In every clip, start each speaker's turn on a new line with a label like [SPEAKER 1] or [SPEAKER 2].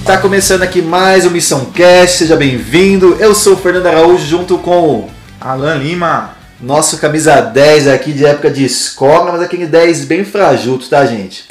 [SPEAKER 1] Está Tá começando aqui mais um Missão Cast, seja bem-vindo. Eu sou o Fernando Araújo junto com o
[SPEAKER 2] Alan Lima.
[SPEAKER 1] nosso camisa 10 aqui de época de escola, mas aquele 10 bem frajuto, tá, gente?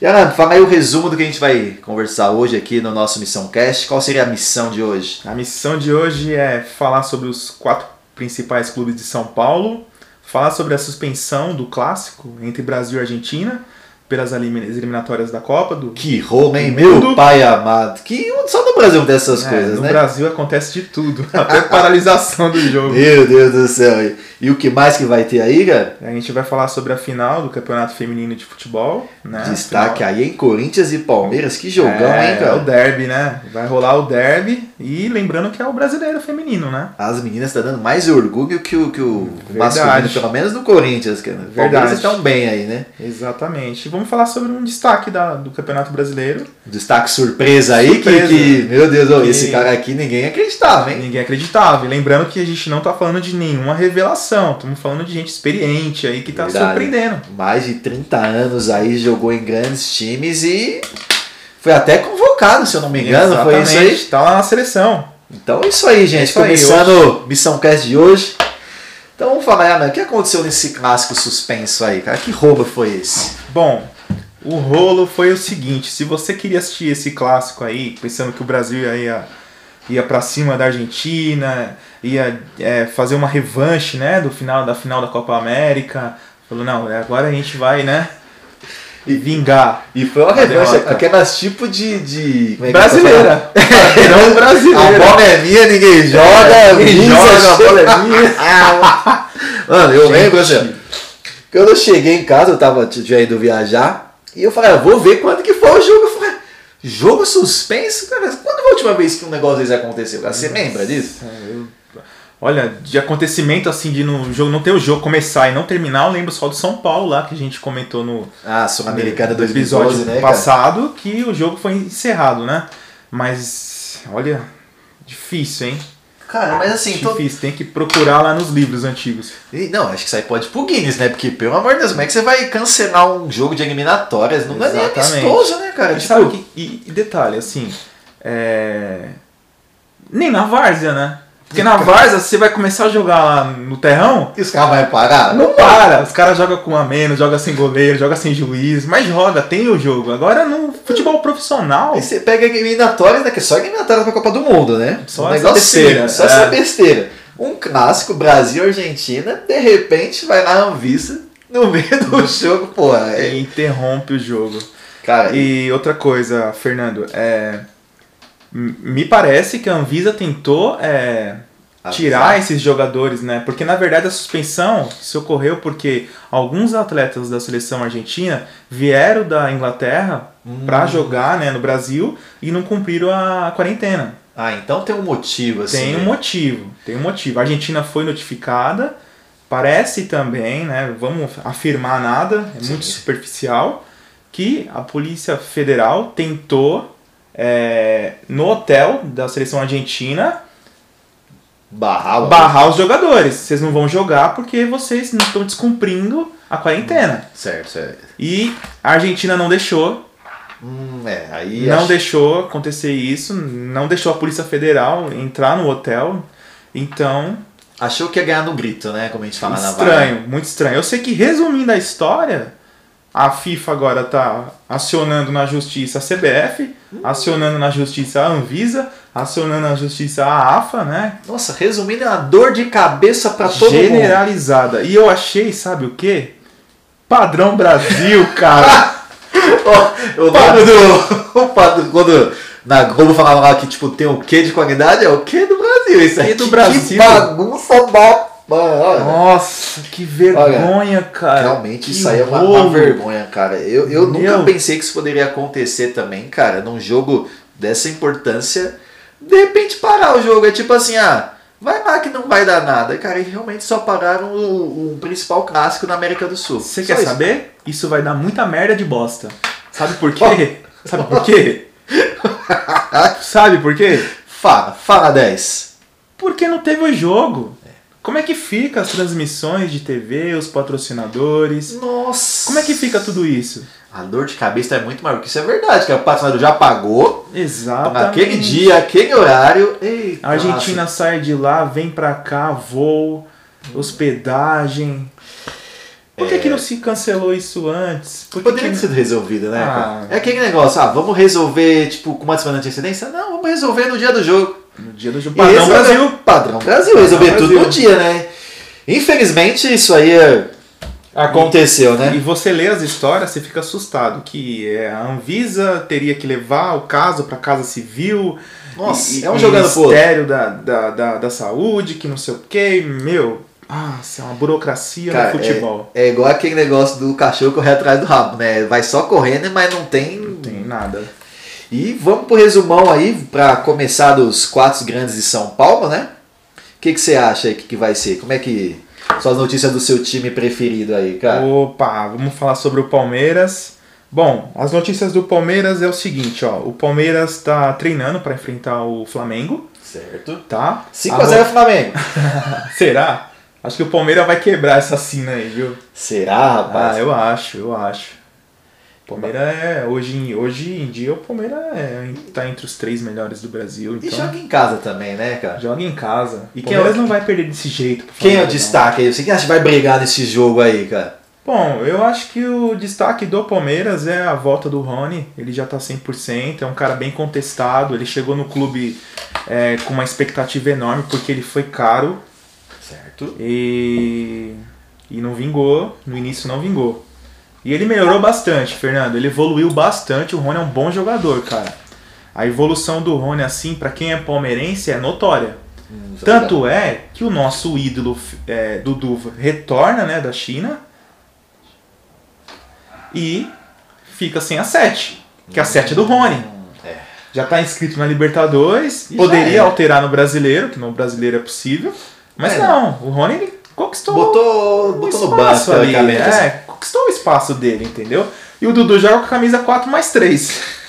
[SPEAKER 1] E Alan, fala aí o resumo do que a gente vai conversar hoje aqui no nosso Missão Cast. Qual seria a missão de hoje?
[SPEAKER 2] A missão de hoje é falar sobre os quatro principais clubes de São Paulo, falar sobre a suspensão do clássico entre Brasil e Argentina pelas elimi- eliminatórias da Copa do
[SPEAKER 1] Que rolo, hein? Meu
[SPEAKER 2] Tudo.
[SPEAKER 1] pai amado. Que só no Brasil tem essas
[SPEAKER 2] É,
[SPEAKER 1] coisas,
[SPEAKER 2] no
[SPEAKER 1] né?
[SPEAKER 2] Brasil acontece de tudo, até paralisação do jogo.
[SPEAKER 1] Meu Deus do céu. E- E o que mais que vai ter aí, cara?
[SPEAKER 2] A gente vai falar sobre a final do Campeonato Feminino de Futebol, né?
[SPEAKER 1] Destaque aí em Corinthians e Palmeiras. Que jogão,
[SPEAKER 2] é,
[SPEAKER 1] hein,
[SPEAKER 2] é o
[SPEAKER 1] cara?
[SPEAKER 2] derby, né? Vai rolar o derby e lembrando que é o brasileiro feminino, né?
[SPEAKER 1] As meninas estão dando mais orgulho que o, que o
[SPEAKER 2] Verdade.
[SPEAKER 1] masculino, pelo menos no Corinthians, cara. Verdade. Palmeiras
[SPEAKER 2] Verdade.
[SPEAKER 1] estão bem aí, né?
[SPEAKER 2] Exatamente. Vamos falar sobre um destaque da- do Campeonato Brasileiro.
[SPEAKER 1] Destaque surpresa aí, que,
[SPEAKER 2] Surpresa.
[SPEAKER 1] que- Meu Deus, ó,
[SPEAKER 2] Que-
[SPEAKER 1] esse cara aqui ninguém acreditava, hein?
[SPEAKER 2] Ninguém acreditava. E lembrando que a gente não tá falando de nenhuma revelação. Estamos falando de gente experiente aí que tá
[SPEAKER 1] Verdade.
[SPEAKER 2] surpreendendo.
[SPEAKER 1] Mais de 30 anos aí, jogou em grandes times e foi até convocado, se eu não me engano, foi isso aí.
[SPEAKER 2] Tá lá na seleção.
[SPEAKER 1] Então é isso aí, gente.
[SPEAKER 2] É isso aí,
[SPEAKER 1] Começando Missão Cast de hoje. Então vamos falar, né, mano, o que aconteceu nesse clássico suspenso aí, cara? Que roubo foi esse?
[SPEAKER 2] Bom, o rolo foi o seguinte. Se você queria assistir esse clássico aí, pensando que o Brasil ia, ia para cima da Argentina, ia é, fazer uma revanche, né, do final da final da Copa América. Falou, não, agora a gente vai, né, vingar.
[SPEAKER 1] E foi uma revanche,
[SPEAKER 2] derrota.
[SPEAKER 1] aquelas tipo de. de como é que eu tô
[SPEAKER 2] Brasileira.
[SPEAKER 1] falando?
[SPEAKER 2] Não
[SPEAKER 1] A
[SPEAKER 2] brasileira.
[SPEAKER 1] bola é minha, ninguém joga, ninguém
[SPEAKER 2] joga, a bola é minha.
[SPEAKER 1] Mano, eu lembro,
[SPEAKER 2] Gente.
[SPEAKER 1] assim, quando eu cheguei em casa, eu tava tinha ido viajar, e eu falei, ah, vou ver quando que foi o jogo. Eu falei, jogo suspenso? Cara, quando foi a última vez que um negócio desse aconteceu? Cara, Você lembra disso?
[SPEAKER 2] É, eu- Olha, de acontecimento assim, de no jogo, não ter o jogo começar e não terminar, eu lembro só do São Paulo lá que a gente comentou no,
[SPEAKER 1] Ah, Sul-Americana
[SPEAKER 2] no
[SPEAKER 1] 2012, né, cara?
[SPEAKER 2] passado que o jogo foi encerrado, né? Mas, olha, difícil, hein?
[SPEAKER 1] Cara, mas assim, tô...
[SPEAKER 2] difícil, tem que procurar lá nos livros antigos.
[SPEAKER 1] Ih, não, acho que isso aí pode ir pro Guinness, né? Porque, pelo amor de Deus, como é que você vai cancelar um jogo de eliminatórias? Não dá nem
[SPEAKER 2] Exatamente.
[SPEAKER 1] amistoso, né, cara?
[SPEAKER 2] E, sabe que- e- e detalhe, assim, é, nem na várzea, né? Porque na várzea você vai começar a jogar lá no terrão,
[SPEAKER 1] os caras vão parar?
[SPEAKER 2] Ah, Não para, Então, os caras jogam com a menos, joga sem goleiro, joga sem juiz, mas joga, tem o jogo. Agora no futebol profissional,
[SPEAKER 1] Aí você pega eliminatórias, né? Que é só eliminatórias pra Copa do Mundo, né?
[SPEAKER 2] Só
[SPEAKER 1] um
[SPEAKER 2] essa
[SPEAKER 1] negócio
[SPEAKER 2] besteira,
[SPEAKER 1] assim, Só
[SPEAKER 2] é.
[SPEAKER 1] essa besteira. Um clássico, Brasil e Argentina, de repente vai na Anvisa no meio do jogo, porra. É,
[SPEAKER 2] ele interrompe o jogo.
[SPEAKER 1] cara,
[SPEAKER 2] E outra coisa, Fernando, é, m- me parece que a Anvisa tentou é, tirar esses jogadores, né? Porque na verdade a suspensão se ocorreu porque alguns atletas da seleção argentina vieram da Inglaterra pra jogar né, no Brasil e não cumpriram a quarentena.
[SPEAKER 1] Ah, então tem um motivo, assim.
[SPEAKER 2] Tem
[SPEAKER 1] né?
[SPEAKER 2] um motivo, tem um motivo. A Argentina foi notificada, parece também, né? Vamos afirmar nada, é
[SPEAKER 1] Sim.
[SPEAKER 2] muito superficial, que a Polícia Federal tentou é, no hotel da seleção argentina
[SPEAKER 1] Barrar o-
[SPEAKER 2] barrar os jogadores. Vocês não vão jogar porque vocês não estão descumprindo a quarentena.
[SPEAKER 1] Certo, certo.
[SPEAKER 2] E a Argentina não deixou,
[SPEAKER 1] Hum, é, aí
[SPEAKER 2] não
[SPEAKER 1] acho-
[SPEAKER 2] deixou acontecer isso, não deixou a Polícia Federal entrar no hotel. Então,
[SPEAKER 1] achou que ia ganhar no grito, né? Como a gente fala na vaga.
[SPEAKER 2] Estranho, muito estranho. Eu sei que resumindo a história, a FIFA agora tá acionando na justiça a CBF,
[SPEAKER 1] Hum.
[SPEAKER 2] acionando na justiça a Anvisa, acionando na justiça a AFA, né?
[SPEAKER 1] Nossa, resumindo, é uma dor de cabeça pra Tá todo mundo.
[SPEAKER 2] Generalizada. E eu achei, sabe o quê? Padrão Brasil, cara.
[SPEAKER 1] Ó, o nome do. o padre- Quando na Globo falava lá que tipo, tem o quê de qualidade, é o quê do Brasil. Isso
[SPEAKER 2] Quê
[SPEAKER 1] aqui
[SPEAKER 2] do Brasil?
[SPEAKER 1] Que bagunça da. Mano, olha,
[SPEAKER 2] Nossa, que vergonha, cara.
[SPEAKER 1] Realmente
[SPEAKER 2] Que
[SPEAKER 1] isso aí é uma, uma
[SPEAKER 2] rolo.
[SPEAKER 1] vergonha, cara. Eu, eu nunca
[SPEAKER 2] Meu.
[SPEAKER 1] pensei que isso poderia acontecer também, cara, num jogo dessa importância. De repente parar o jogo. É tipo assim, ah, vai lá que não vai dar nada. Cara, e realmente só pararam o, o principal clássico na América do Sul.
[SPEAKER 2] Você
[SPEAKER 1] Só
[SPEAKER 2] quer
[SPEAKER 1] isso.
[SPEAKER 2] saber? Isso vai dar muita merda de bosta. Sabe por quê? Sabe por quê? Sabe por quê?
[SPEAKER 1] Fala, fala 10.
[SPEAKER 2] Porque não teve o jogo. Como é que fica as transmissões de TV, os patrocinadores?
[SPEAKER 1] Nossa.
[SPEAKER 2] Como é que fica tudo isso?
[SPEAKER 1] A dor de cabeça é muito maior, porque isso é verdade, que o patrocinador já pagou
[SPEAKER 2] Exato.
[SPEAKER 1] naquele dia, aquele horário. Eita,
[SPEAKER 2] A Argentina sai de lá, vem pra cá, voo, hospedagem. Por que, que não se cancelou isso antes?
[SPEAKER 1] nossa,
[SPEAKER 2] Por que
[SPEAKER 1] É. Poderia ter
[SPEAKER 2] que...
[SPEAKER 1] sido resolvido, né?
[SPEAKER 2] Ah.
[SPEAKER 1] cara? É aquele negócio, ah, vamos resolver, tipo, com uma semana de antecedência? Não, vamos resolver no dia do jogo.
[SPEAKER 2] No dia do jogo.
[SPEAKER 1] E é
[SPEAKER 2] Padrão
[SPEAKER 1] resolver-
[SPEAKER 2] Brasil.
[SPEAKER 1] Padrão Brasil, resolver
[SPEAKER 2] Padrão
[SPEAKER 1] tudo
[SPEAKER 2] Brasil.
[SPEAKER 1] no dia, né? Infelizmente, isso aí é- aconteceu, né?
[SPEAKER 2] E você lê as histórias, você fica assustado que é, a Anvisa teria que levar o caso para casa civil.
[SPEAKER 1] Nossa,
[SPEAKER 2] e-
[SPEAKER 1] é um
[SPEAKER 2] e
[SPEAKER 1] jogando pro outro.
[SPEAKER 2] Ministério da, da, da, da Saúde, que não sei o que, meu. Ah, isso é uma burocracia
[SPEAKER 1] Cara,
[SPEAKER 2] no futebol.
[SPEAKER 1] É igual aquele negócio do cachorro correr atrás do rabo, né? Vai só correndo, mas não tem.
[SPEAKER 2] Não tem nada.
[SPEAKER 1] E vamos pro resumão aí, pra começar dos quatro grandes de São Paulo, né? O que que você acha aí que, que vai ser? Como é que. Suas notícias do seu time preferido aí, cara?
[SPEAKER 2] Opa, vamos falar sobre o Palmeiras. Bom, as notícias do Palmeiras é o seguinte, ó. O Palmeiras está treinando para enfrentar o Flamengo,
[SPEAKER 1] Certo.
[SPEAKER 2] tá?
[SPEAKER 1] 5x0 Flamengo.
[SPEAKER 2] Agora- Será? Acho que o Palmeiras vai quebrar essa sina aí, viu?
[SPEAKER 1] Será, rapaz?
[SPEAKER 2] Ah, eu acho, eu acho. O Palmeiras é. Hoje, em- hoje em dia o Palmeiras é, tá entre os três melhores do Brasil.
[SPEAKER 1] E
[SPEAKER 2] Então, joga...
[SPEAKER 1] joga em casa também, né, cara?
[SPEAKER 2] em casa.
[SPEAKER 1] E
[SPEAKER 2] E
[SPEAKER 1] quem é o-
[SPEAKER 2] Palmeiras não vai perder desse jeito. pro
[SPEAKER 1] Quem é o
[SPEAKER 2] Flamengo, não.
[SPEAKER 1] destaque aí? Você que acha que vai brigar nesse jogo aí, cara?
[SPEAKER 2] Bom, eu acho que o destaque do Palmeiras é a volta do Rony. Ele já tá 100%, é um cara bem contestado. Ele chegou no clube é, com uma expectativa enorme porque ele foi caro
[SPEAKER 1] Certo.
[SPEAKER 2] e, e não vingou. No início não vingou. E ele melhorou bastante, Fernando. Ele evoluiu bastante. O Rony é um bom jogador, cara. A evolução do Rony, assim, pra quem é palmeirense, é notória.
[SPEAKER 1] Hum,
[SPEAKER 2] Tanto é que o nosso ídolo é, Dudu retorna né, da China e fica sem a 7, que é a 7 do Rony.
[SPEAKER 1] é.
[SPEAKER 2] Já está inscrito na Libertadores,
[SPEAKER 1] E já
[SPEAKER 2] poderia
[SPEAKER 1] era.
[SPEAKER 2] alterar no brasileiro, que no brasileiro é possível, mas
[SPEAKER 1] É.
[SPEAKER 2] não, o Rony ele conquistou
[SPEAKER 1] Botou,
[SPEAKER 2] um
[SPEAKER 1] botou no banco,
[SPEAKER 2] espaço ali,
[SPEAKER 1] teoricamente. assim.
[SPEAKER 2] é, conquistou o espaço dele, entendeu? E o Dudu joga com a camisa 4 mais 3.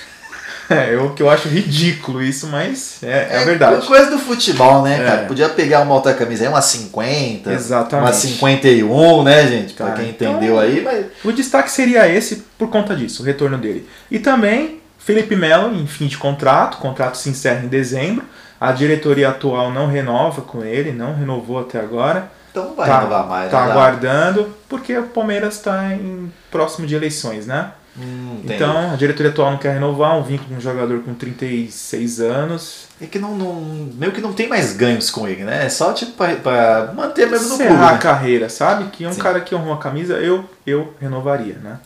[SPEAKER 2] É, eu que eu acho ridículo isso, mas é, é a verdade.
[SPEAKER 1] Coisa do futebol, né,
[SPEAKER 2] É.
[SPEAKER 1] cara? Podia pegar uma outra camisa aí, uma 50.
[SPEAKER 2] Exatamente.
[SPEAKER 1] Uma 51, né, gente? Pra
[SPEAKER 2] Tá,
[SPEAKER 1] quem
[SPEAKER 2] então-
[SPEAKER 1] entendeu aí, mas.
[SPEAKER 2] O destaque seria esse por conta disso, o retorno dele. E também Felipe Melo em fim de contrato, o contrato se encerra em dezembro. A diretoria atual não renova com ele, não renovou até agora.
[SPEAKER 1] Então não vai
[SPEAKER 2] tá
[SPEAKER 1] renovar mais,
[SPEAKER 2] tá
[SPEAKER 1] né?
[SPEAKER 2] aguardando, porque o Palmeiras está em próximo de eleições, né?
[SPEAKER 1] Hum, então.
[SPEAKER 2] Então a diretoria atual não quer renovar, um vínculo de um jogador com 36 anos.
[SPEAKER 1] É que não, não. Meio que não tem mais ganhos com ele, né? É só tipo pra, pra manter mesmo no clube.
[SPEAKER 2] Encerrar a
[SPEAKER 1] Né?
[SPEAKER 2] carreira, sabe? Que é um
[SPEAKER 1] Sim.
[SPEAKER 2] cara que honrou a camisa, eu, eu renovaria, né?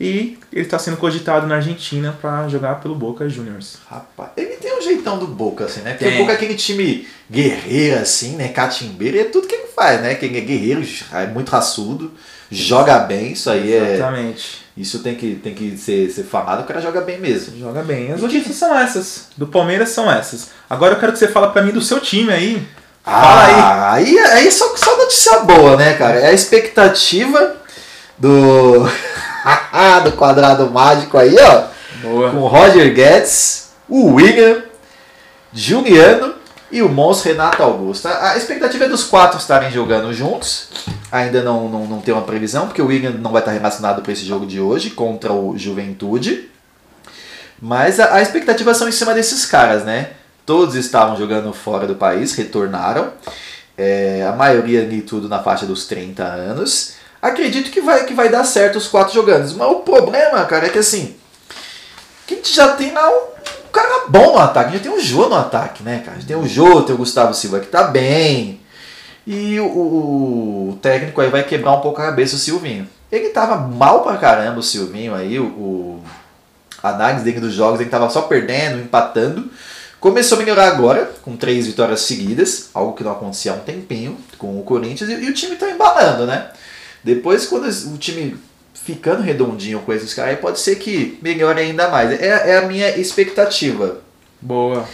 [SPEAKER 2] E ele está sendo cogitado na Argentina para jogar pelo Boca Juniors.
[SPEAKER 1] Rapaz, ele tem um jeitão do Boca, assim, né? Porque
[SPEAKER 2] Tem.
[SPEAKER 1] o Boca é aquele time guerreiro, assim, né? Catimbeiro, e é tudo que ele faz, né? Que ele é guerreiro, é muito raçudo, joga bem, isso aí é.
[SPEAKER 2] Exatamente.
[SPEAKER 1] Isso tem que, tem que ser, ser falado, o cara joga bem mesmo.
[SPEAKER 2] Joga bem. As notícias são essas. Do Palmeiras são essas. Agora eu quero que você fala pra mim do seu time aí. Fala aí.
[SPEAKER 1] Ah, aí, aí só, só notícia boa, né, cara? É a expectativa do. do quadrado mágico aí, ó.
[SPEAKER 2] Boa.
[SPEAKER 1] Com Roger Guedes, o William, Juliano e o monstro Renato Augusto. A a expectativa é dos quatro estarem jogando juntos. Ainda não, não, não tem uma previsão, porque o William não vai estar relacionado para esse jogo de hoje contra o Juventude. Mas a, a expectativa são em cima desses caras, né? Todos estavam jogando fora do país, retornaram. É, a maioria ali tudo na faixa dos 30 anos. Acredito que vai, que vai dar certo os quatro jogando. Mas o problema, cara, é que assim. Que a gente já tem lá um cara bom no ataque. Já tem o Jô no ataque, né, cara? Já tem o Jô, tem o Gustavo Silva que tá bem. E o, o- o técnico aí vai quebrar um pouco a cabeça o Silvinho. Ele tava mal pra caramba o Silvinho aí, o, o a análise dele dos jogos, ele tava só perdendo, empatando. Começou a melhorar agora, com três vitórias seguidas, algo que não acontecia há um tempinho com o Corinthians, e, e o time tá embalando, né? Depois, quando es- o time ficando redondinho com esses caras, aí pode ser que melhore ainda mais. É, é a minha expectativa.
[SPEAKER 2] Boa.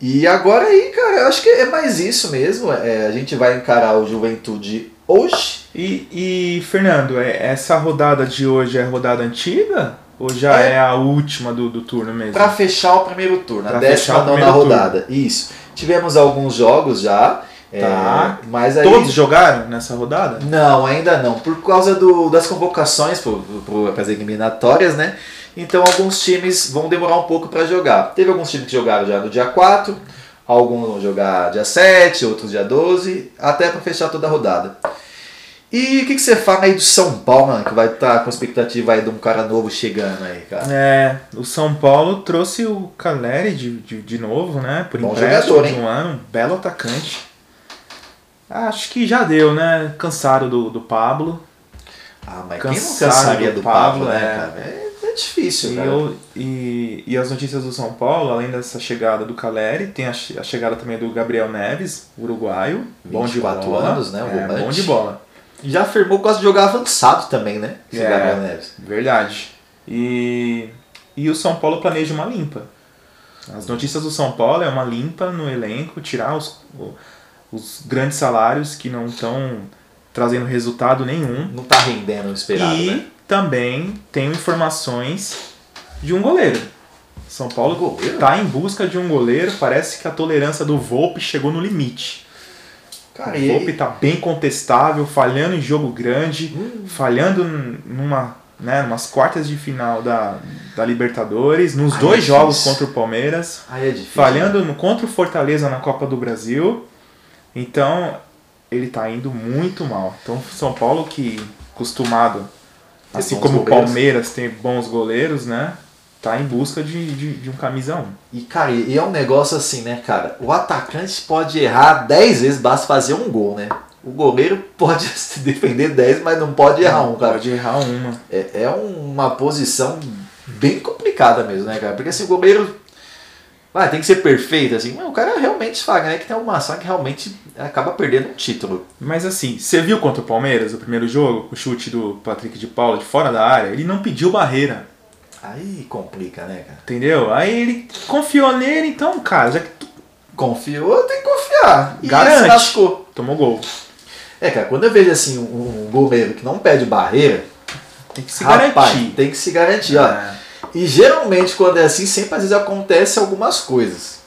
[SPEAKER 1] E agora aí, cara, eu acho que é mais isso mesmo. É, a gente vai encarar o Juventude hoje.
[SPEAKER 2] E, e, Fernando, é- essa rodada de hoje é rodada antiga? Ou já é,
[SPEAKER 1] É.
[SPEAKER 2] a última do, do turno mesmo?
[SPEAKER 1] Pra fechar o primeiro turno, a
[SPEAKER 2] Pra fechar o
[SPEAKER 1] 19
[SPEAKER 2] primeiro
[SPEAKER 1] rodada. Isso. Tivemos alguns jogos já. É,
[SPEAKER 2] Tá.
[SPEAKER 1] mas aí,
[SPEAKER 2] Todos jogaram nessa rodada?
[SPEAKER 1] Não, ainda não. Por causa do, das convocações para as eliminatórias, né? Então alguns times vão demorar um pouco para jogar. Teve alguns times que jogaram já no dia 4, alguns vão jogar dia 7, outros dia 12, até para fechar toda a rodada. E o que, que você fala aí do São Paulo, mano, que vai estar com expectativa aí de um cara novo chegando aí, cara?
[SPEAKER 2] É, o São Paulo trouxe o Caleri de, de, de novo, né? Por
[SPEAKER 1] Bom
[SPEAKER 2] empréstimo
[SPEAKER 1] jogador,
[SPEAKER 2] de
[SPEAKER 1] hein?
[SPEAKER 2] um ano, belo atacante. Acho que já deu, né? Cansaram do, do Pablo.
[SPEAKER 1] Ah, mas quem não
[SPEAKER 2] Cansado
[SPEAKER 1] cansaria
[SPEAKER 2] do
[SPEAKER 1] do Pablo,
[SPEAKER 2] Pablo,
[SPEAKER 1] né,
[SPEAKER 2] é.
[SPEAKER 1] cara? É, é difícil,
[SPEAKER 2] E,
[SPEAKER 1] cara.
[SPEAKER 2] eu- e, e as notícias do São Paulo, além dessa chegada do Caleri, tem a, che- a chegada também do Gabriel Neves, uruguaio. Bom de
[SPEAKER 1] 24
[SPEAKER 2] bola.
[SPEAKER 1] anos, né, o
[SPEAKER 2] É,
[SPEAKER 1] volante.
[SPEAKER 2] bom de bola.
[SPEAKER 1] Já afirmou que gosta de jogar avançado também, né? Esse
[SPEAKER 2] É.
[SPEAKER 1] Gabriel Neves.
[SPEAKER 2] Verdade. E, e o São Paulo planeja uma limpa. As notícias do São Paulo é uma limpa no elenco, tirar os, o- os grandes salários que não estão trazendo resultado nenhum.
[SPEAKER 1] Não tá rendendo o esperado,
[SPEAKER 2] e
[SPEAKER 1] né?
[SPEAKER 2] também tenho informações de um goleiro. São Paulo
[SPEAKER 1] Um Goleiro?
[SPEAKER 2] tá em busca de um goleiro, parece que a tolerância do Volpe chegou no limite.
[SPEAKER 1] Cara,
[SPEAKER 2] o Volpe tá bem contestável, falhando em jogo grande
[SPEAKER 1] Hum.
[SPEAKER 2] falhando n- numa, né, numas quartas de final da, da Libertadores, nos
[SPEAKER 1] Ai,
[SPEAKER 2] dois
[SPEAKER 1] é
[SPEAKER 2] jogos
[SPEAKER 1] difícil.
[SPEAKER 2] contra o Palmeiras,
[SPEAKER 1] Aí é difícil.
[SPEAKER 2] falhando no, contra o Fortaleza na Copa do Brasil. Então, ele tá indo muito mal. Então, São Paulo que acostumado,
[SPEAKER 1] Ter
[SPEAKER 2] assim
[SPEAKER 1] bons
[SPEAKER 2] como o
[SPEAKER 1] goleiros.
[SPEAKER 2] Palmeiras tem bons goleiros, né? Tá em busca de, de, de um camisa 1.
[SPEAKER 1] E, cara, e é um negócio assim, né, cara? O atacante pode errar 10 vezes, basta fazer um gol, né? O goleiro pode se defender 10, mas não pode errar um, cara.
[SPEAKER 2] Pode errar uma.
[SPEAKER 1] É, é uma posição bem complicada mesmo, né, cara? Porque assim, o goleiro. Vai, tem que ser perfeito, assim. Mas o cara realmente faga, né? Que tem uma ação que realmente acaba perdendo um título.
[SPEAKER 2] Mas assim, você viu contra o Palmeiras, o primeiro jogo, o chute do Patrick de Paula de fora da área, ele não pediu barreira.
[SPEAKER 1] Aí complica, né, cara?
[SPEAKER 2] Entendeu? Aí ele confiou nele, então, cara, já que tu
[SPEAKER 1] Confiou, tem que confiar. E
[SPEAKER 2] Garante.
[SPEAKER 1] se lascou.
[SPEAKER 2] tomou gol.
[SPEAKER 1] É, cara, quando eu vejo assim um, um goleiro que não pede barreira,
[SPEAKER 2] Tem que se
[SPEAKER 1] rapaz,
[SPEAKER 2] garantir.
[SPEAKER 1] tem que se garantir, ó.
[SPEAKER 2] É.
[SPEAKER 1] E geralmente quando é assim, sempre às vezes acontece algumas coisas.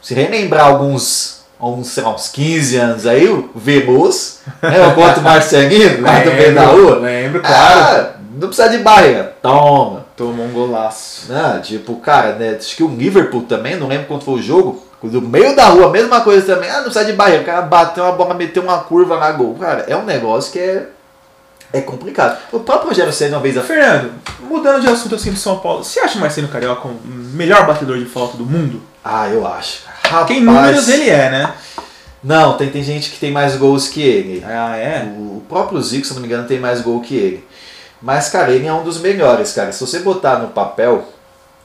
[SPEAKER 1] Se relembrar alguns, uns, sei lá, uns 15 anos aí, o Veloso, né, o Porto Marcelino, lá do meio da rua.
[SPEAKER 2] Lembro, claro.
[SPEAKER 1] Ah, não precisa de barreira. Toma.
[SPEAKER 2] Tomou um golaço.
[SPEAKER 1] Ah, tipo, cara, né? Acho que o Liverpool também, não lembro quanto foi o jogo. Do meio da rua, mesma coisa também. Ah, não sai de barreira. O cara bateu uma bola, meteu uma curva na gol. Cara, é um negócio que é. É complicado. O próprio Rogério Senna uma vez a.
[SPEAKER 2] Fernando, mudando de assunto assim do São Paulo, você acha o Marcelo Carioca o melhor batedor de falta do mundo?
[SPEAKER 1] Ah, eu acho. Rapaz.
[SPEAKER 2] Porque em números ele é, né?
[SPEAKER 1] Não, tem, tem gente que tem mais gols que ele.
[SPEAKER 2] Ah, é?
[SPEAKER 1] O próprio Zico, se não me engano, tem mais gol que ele. Mas, cara, ele é um dos melhores, cara. Se você botar no papel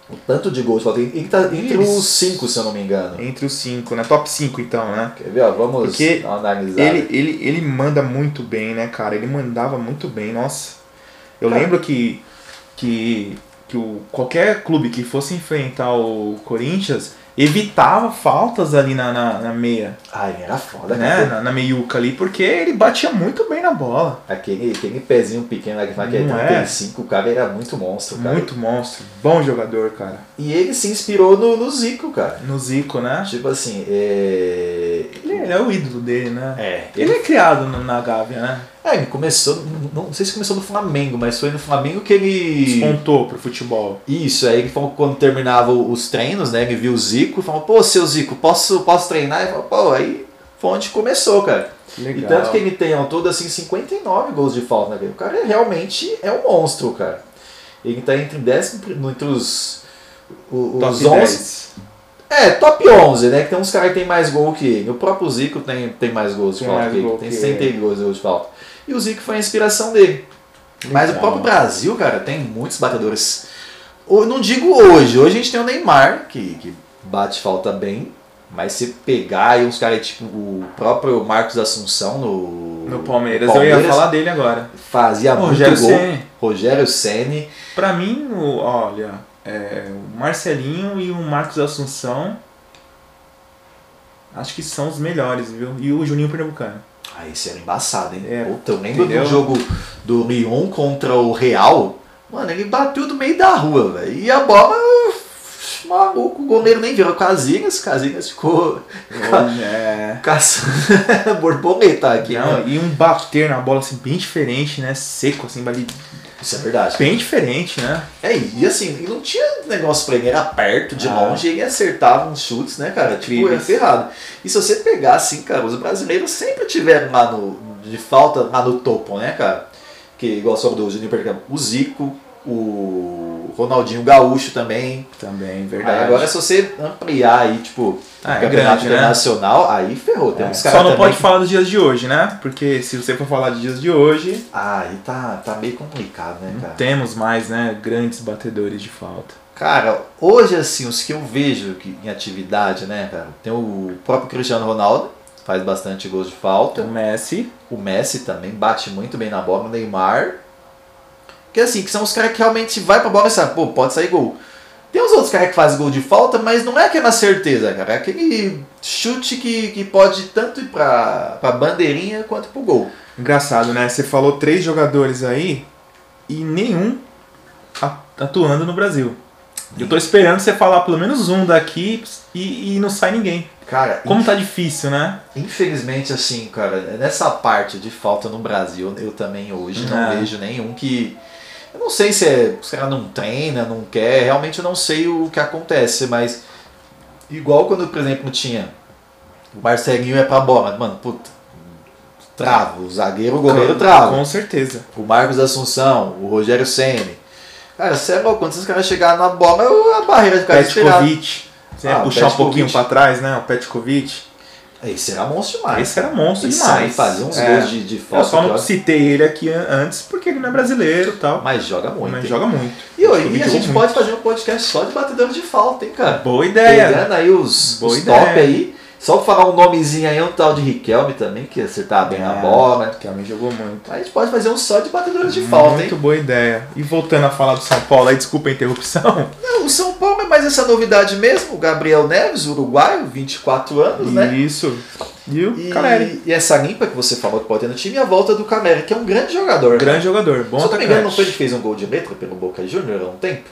[SPEAKER 1] o tanto de gols, ele ele tá entre
[SPEAKER 2] Eles-
[SPEAKER 1] os cinco, se eu não me engano.
[SPEAKER 2] Entre os cinco, né? Top 5 então, né?
[SPEAKER 1] Quer ver? ó? Vamos
[SPEAKER 2] Porque
[SPEAKER 1] analisar.
[SPEAKER 2] Ele, ele, ele manda muito bem, né, cara? Ele mandava muito bem, nossa. Eu
[SPEAKER 1] Cara.
[SPEAKER 2] lembro que, que, que o, qualquer clube que fosse enfrentar o Corinthians evitava faltas ali na, na, na meia,
[SPEAKER 1] Ah, ele era foda,
[SPEAKER 2] né?
[SPEAKER 1] né?
[SPEAKER 2] Na, na meiuca ali, porque ele batia muito bem na bola.
[SPEAKER 1] Aquele, aquele pezinho pequeno lá que fala que ele
[SPEAKER 2] Não é?
[SPEAKER 1] tem 5, o cara era muito monstro, cara.
[SPEAKER 2] Muito monstro, bom jogador, cara.
[SPEAKER 1] E ele se inspirou no, no Zico, cara.
[SPEAKER 2] No Zico, né?
[SPEAKER 1] Tipo assim, é.
[SPEAKER 2] Ele é o ídolo dele, né?
[SPEAKER 1] É,
[SPEAKER 2] Ele
[SPEAKER 1] ele,
[SPEAKER 2] é criado no- na Gávea, né?
[SPEAKER 1] é, ele começou, não, não sei se começou no Flamengo, mas foi no Flamengo que ele.
[SPEAKER 2] Despontou pro futebol.
[SPEAKER 1] Isso, aí ele falou que quando terminava os treinos, né? Ele viu o Zico e falou, pô, seu Zico, posso, posso treinar? E falou, pô, aí foi onde começou, cara.
[SPEAKER 2] Legal.
[SPEAKER 1] E tanto que ele tem ao todo assim 59 gols de falta na O cara é- realmente é um monstro, cara. Ele tá entre, décimo, prim- entre os, o-
[SPEAKER 2] Top
[SPEAKER 1] os 11.
[SPEAKER 2] 10.
[SPEAKER 1] É, top 11, né? Que tem uns caras que tem mais gol que ele. O próprio Zico tem, tem mais gols de
[SPEAKER 2] Tem
[SPEAKER 1] falta
[SPEAKER 2] mais
[SPEAKER 1] que ele.
[SPEAKER 2] gol
[SPEAKER 1] Tem
[SPEAKER 2] que
[SPEAKER 1] 60 gols de falta. E o Zico foi a inspiração dele. Mas o
[SPEAKER 2] Legal.
[SPEAKER 1] próprio Brasil, cara, tem muitos batedores. Eu não digo hoje. Hoje a gente tem o Neymar, que, que bate falta bem. Mas se pegar aí uns caras tipo o próprio Marcos Assunção no,
[SPEAKER 2] No Palmeiras,
[SPEAKER 1] no
[SPEAKER 2] eu ia falar dele agora.
[SPEAKER 1] Fazia muito
[SPEAKER 2] Rogério
[SPEAKER 1] é gol.
[SPEAKER 2] Ceni.
[SPEAKER 1] Rogério Ceni.
[SPEAKER 2] então Pra mim, o- olha, é, o Marcelinho e o Marcos Assunção acho que são os melhores, viu? E o Juninho Pernambucano.
[SPEAKER 1] Ah, esse era embaçado, hein?
[SPEAKER 2] É,
[SPEAKER 1] Puta, eu lembro
[SPEAKER 2] entendeu?
[SPEAKER 1] do jogo do Lyon contra o Real. Mano, ele bateu do meio da rua, velho. E a bola. maluco. O goleiro nem virou Casinhas, Casinhas ficou
[SPEAKER 2] é.
[SPEAKER 1] caçando borboleta aqui. né?
[SPEAKER 2] Não, e um bater na bola assim, bem diferente, né? Seco, assim, ali,
[SPEAKER 1] Isso é verdade.
[SPEAKER 2] bem diferente, né?
[SPEAKER 1] É, e assim, e não tinha negócio pra ele, era perto, de
[SPEAKER 2] Ah.
[SPEAKER 1] longe, ele acertava uns chutes, né, cara? Tipo, era
[SPEAKER 2] Incríveis.
[SPEAKER 1] ferrado. E se você pegar, assim, cara, os brasileiros sempre tiveram lá no, de falta, lá no topo, né, cara? Que igual sobre do Juninho Pernambuco, o Zico, o Ronaldinho Gaúcho também.
[SPEAKER 2] Também,
[SPEAKER 1] Aí
[SPEAKER 2] verdade.
[SPEAKER 1] Ah, agora, se você ampliar aí, tipo,
[SPEAKER 2] Ah,
[SPEAKER 1] o
[SPEAKER 2] é
[SPEAKER 1] campeonato
[SPEAKER 2] grande, né?
[SPEAKER 1] internacional, aí ferrou. Tem
[SPEAKER 2] É,
[SPEAKER 1] uns
[SPEAKER 2] Só
[SPEAKER 1] caras
[SPEAKER 2] não
[SPEAKER 1] também
[SPEAKER 2] pode
[SPEAKER 1] que-
[SPEAKER 2] falar dos dias de hoje, né? Porque se você for falar dos dias de hoje,
[SPEAKER 1] Ah, aí tá, tá meio complicado, né, cara?
[SPEAKER 2] não temos mais, né, grandes batedores de falta.
[SPEAKER 1] Cara, hoje assim, os que eu vejo que, em atividade, né, cara? Tem o próprio Cristiano Ronaldo, faz bastante gols de
[SPEAKER 2] O
[SPEAKER 1] falta.
[SPEAKER 2] Messi,
[SPEAKER 1] O Messi também bate muito bem na bola, o Neymar. Que assim, que são os caras que realmente vai pra bola e sabe, pô, pode sair gol. Tem os outros caras que fazem gol de falta, mas não é aquela certeza, cara. É aquele chute que, que pode tanto ir pra, pra bandeirinha quanto pro gol.
[SPEAKER 2] engraçado, né? Você falou três jogadores aí e nenhum a- atuando no Brasil. Eu tô esperando você falar pelo menos um daqui e, e não sai ninguém.
[SPEAKER 1] Cara,
[SPEAKER 2] Como tá difícil, né?
[SPEAKER 1] Infelizmente, assim, cara, nessa parte de falta no Brasil, eu também hoje não
[SPEAKER 2] É.
[SPEAKER 1] vejo nenhum que. Eu não sei se é, os caras não treina, não quer, realmente eu não sei o que acontece, mas igual quando, por exemplo, tinha o Marcelinho é pra bola, mano, puta, trava, o zagueiro, o goleiro trava.
[SPEAKER 2] Com certeza.
[SPEAKER 1] O Marcos Assunção, o Rogério Ceni. Cara, você é louco, quando esses caras chegarem na bola, eu- a barreira de cara esperar.
[SPEAKER 2] Petkovic. Você
[SPEAKER 1] Ah,
[SPEAKER 2] ia
[SPEAKER 1] o
[SPEAKER 2] puxar um pouquinho
[SPEAKER 1] Petkovic.
[SPEAKER 2] pra trás, né? O Petkovic. Ah,
[SPEAKER 1] Esse era monstro demais.
[SPEAKER 2] Esse era monstro
[SPEAKER 1] Esse Ah, aí
[SPEAKER 2] demais.
[SPEAKER 1] fazia uns
[SPEAKER 2] É.
[SPEAKER 1] gols de, de
[SPEAKER 2] Eu
[SPEAKER 1] falta.
[SPEAKER 2] só não
[SPEAKER 1] que
[SPEAKER 2] citei ele aqui an- antes porque ele não é brasileiro e tal.
[SPEAKER 1] Mas joga muito.
[SPEAKER 2] mas
[SPEAKER 1] hein?
[SPEAKER 2] joga muito.
[SPEAKER 1] E, ó, e
[SPEAKER 2] Jogou
[SPEAKER 1] a gente
[SPEAKER 2] muito.
[SPEAKER 1] pode fazer um podcast só de batedor de falta, hein, cara?
[SPEAKER 2] Boa ideia.
[SPEAKER 1] Pegando aí os,
[SPEAKER 2] Boa
[SPEAKER 1] os
[SPEAKER 2] ideia.
[SPEAKER 1] top aí. Só pra falar um nomezinho aí, um tal de Riquelme também, que acertava bem na
[SPEAKER 2] É.
[SPEAKER 1] bola.
[SPEAKER 2] Que homem jogou muito.
[SPEAKER 1] Mas a gente pode fazer um só de batedores de falta,
[SPEAKER 2] Muito
[SPEAKER 1] hein?
[SPEAKER 2] boa ideia. E voltando a falar do São Paulo aí, desculpa a interrupção.
[SPEAKER 1] Não, o São Paulo é mais essa novidade mesmo. O Gabriel Neves, uruguaio, 24 anos, né?
[SPEAKER 2] Isso. E o
[SPEAKER 1] E,
[SPEAKER 2] Caleri.
[SPEAKER 1] e essa limpa que você falou que pode ter no time e a volta do Caleri, que é um grande jogador. né?
[SPEAKER 2] Grande jogador. Bom
[SPEAKER 1] Se eu não me engano, não foi ele
[SPEAKER 2] atacante.
[SPEAKER 1] que fez um gol de letra pelo Boca Júnior há um tempo?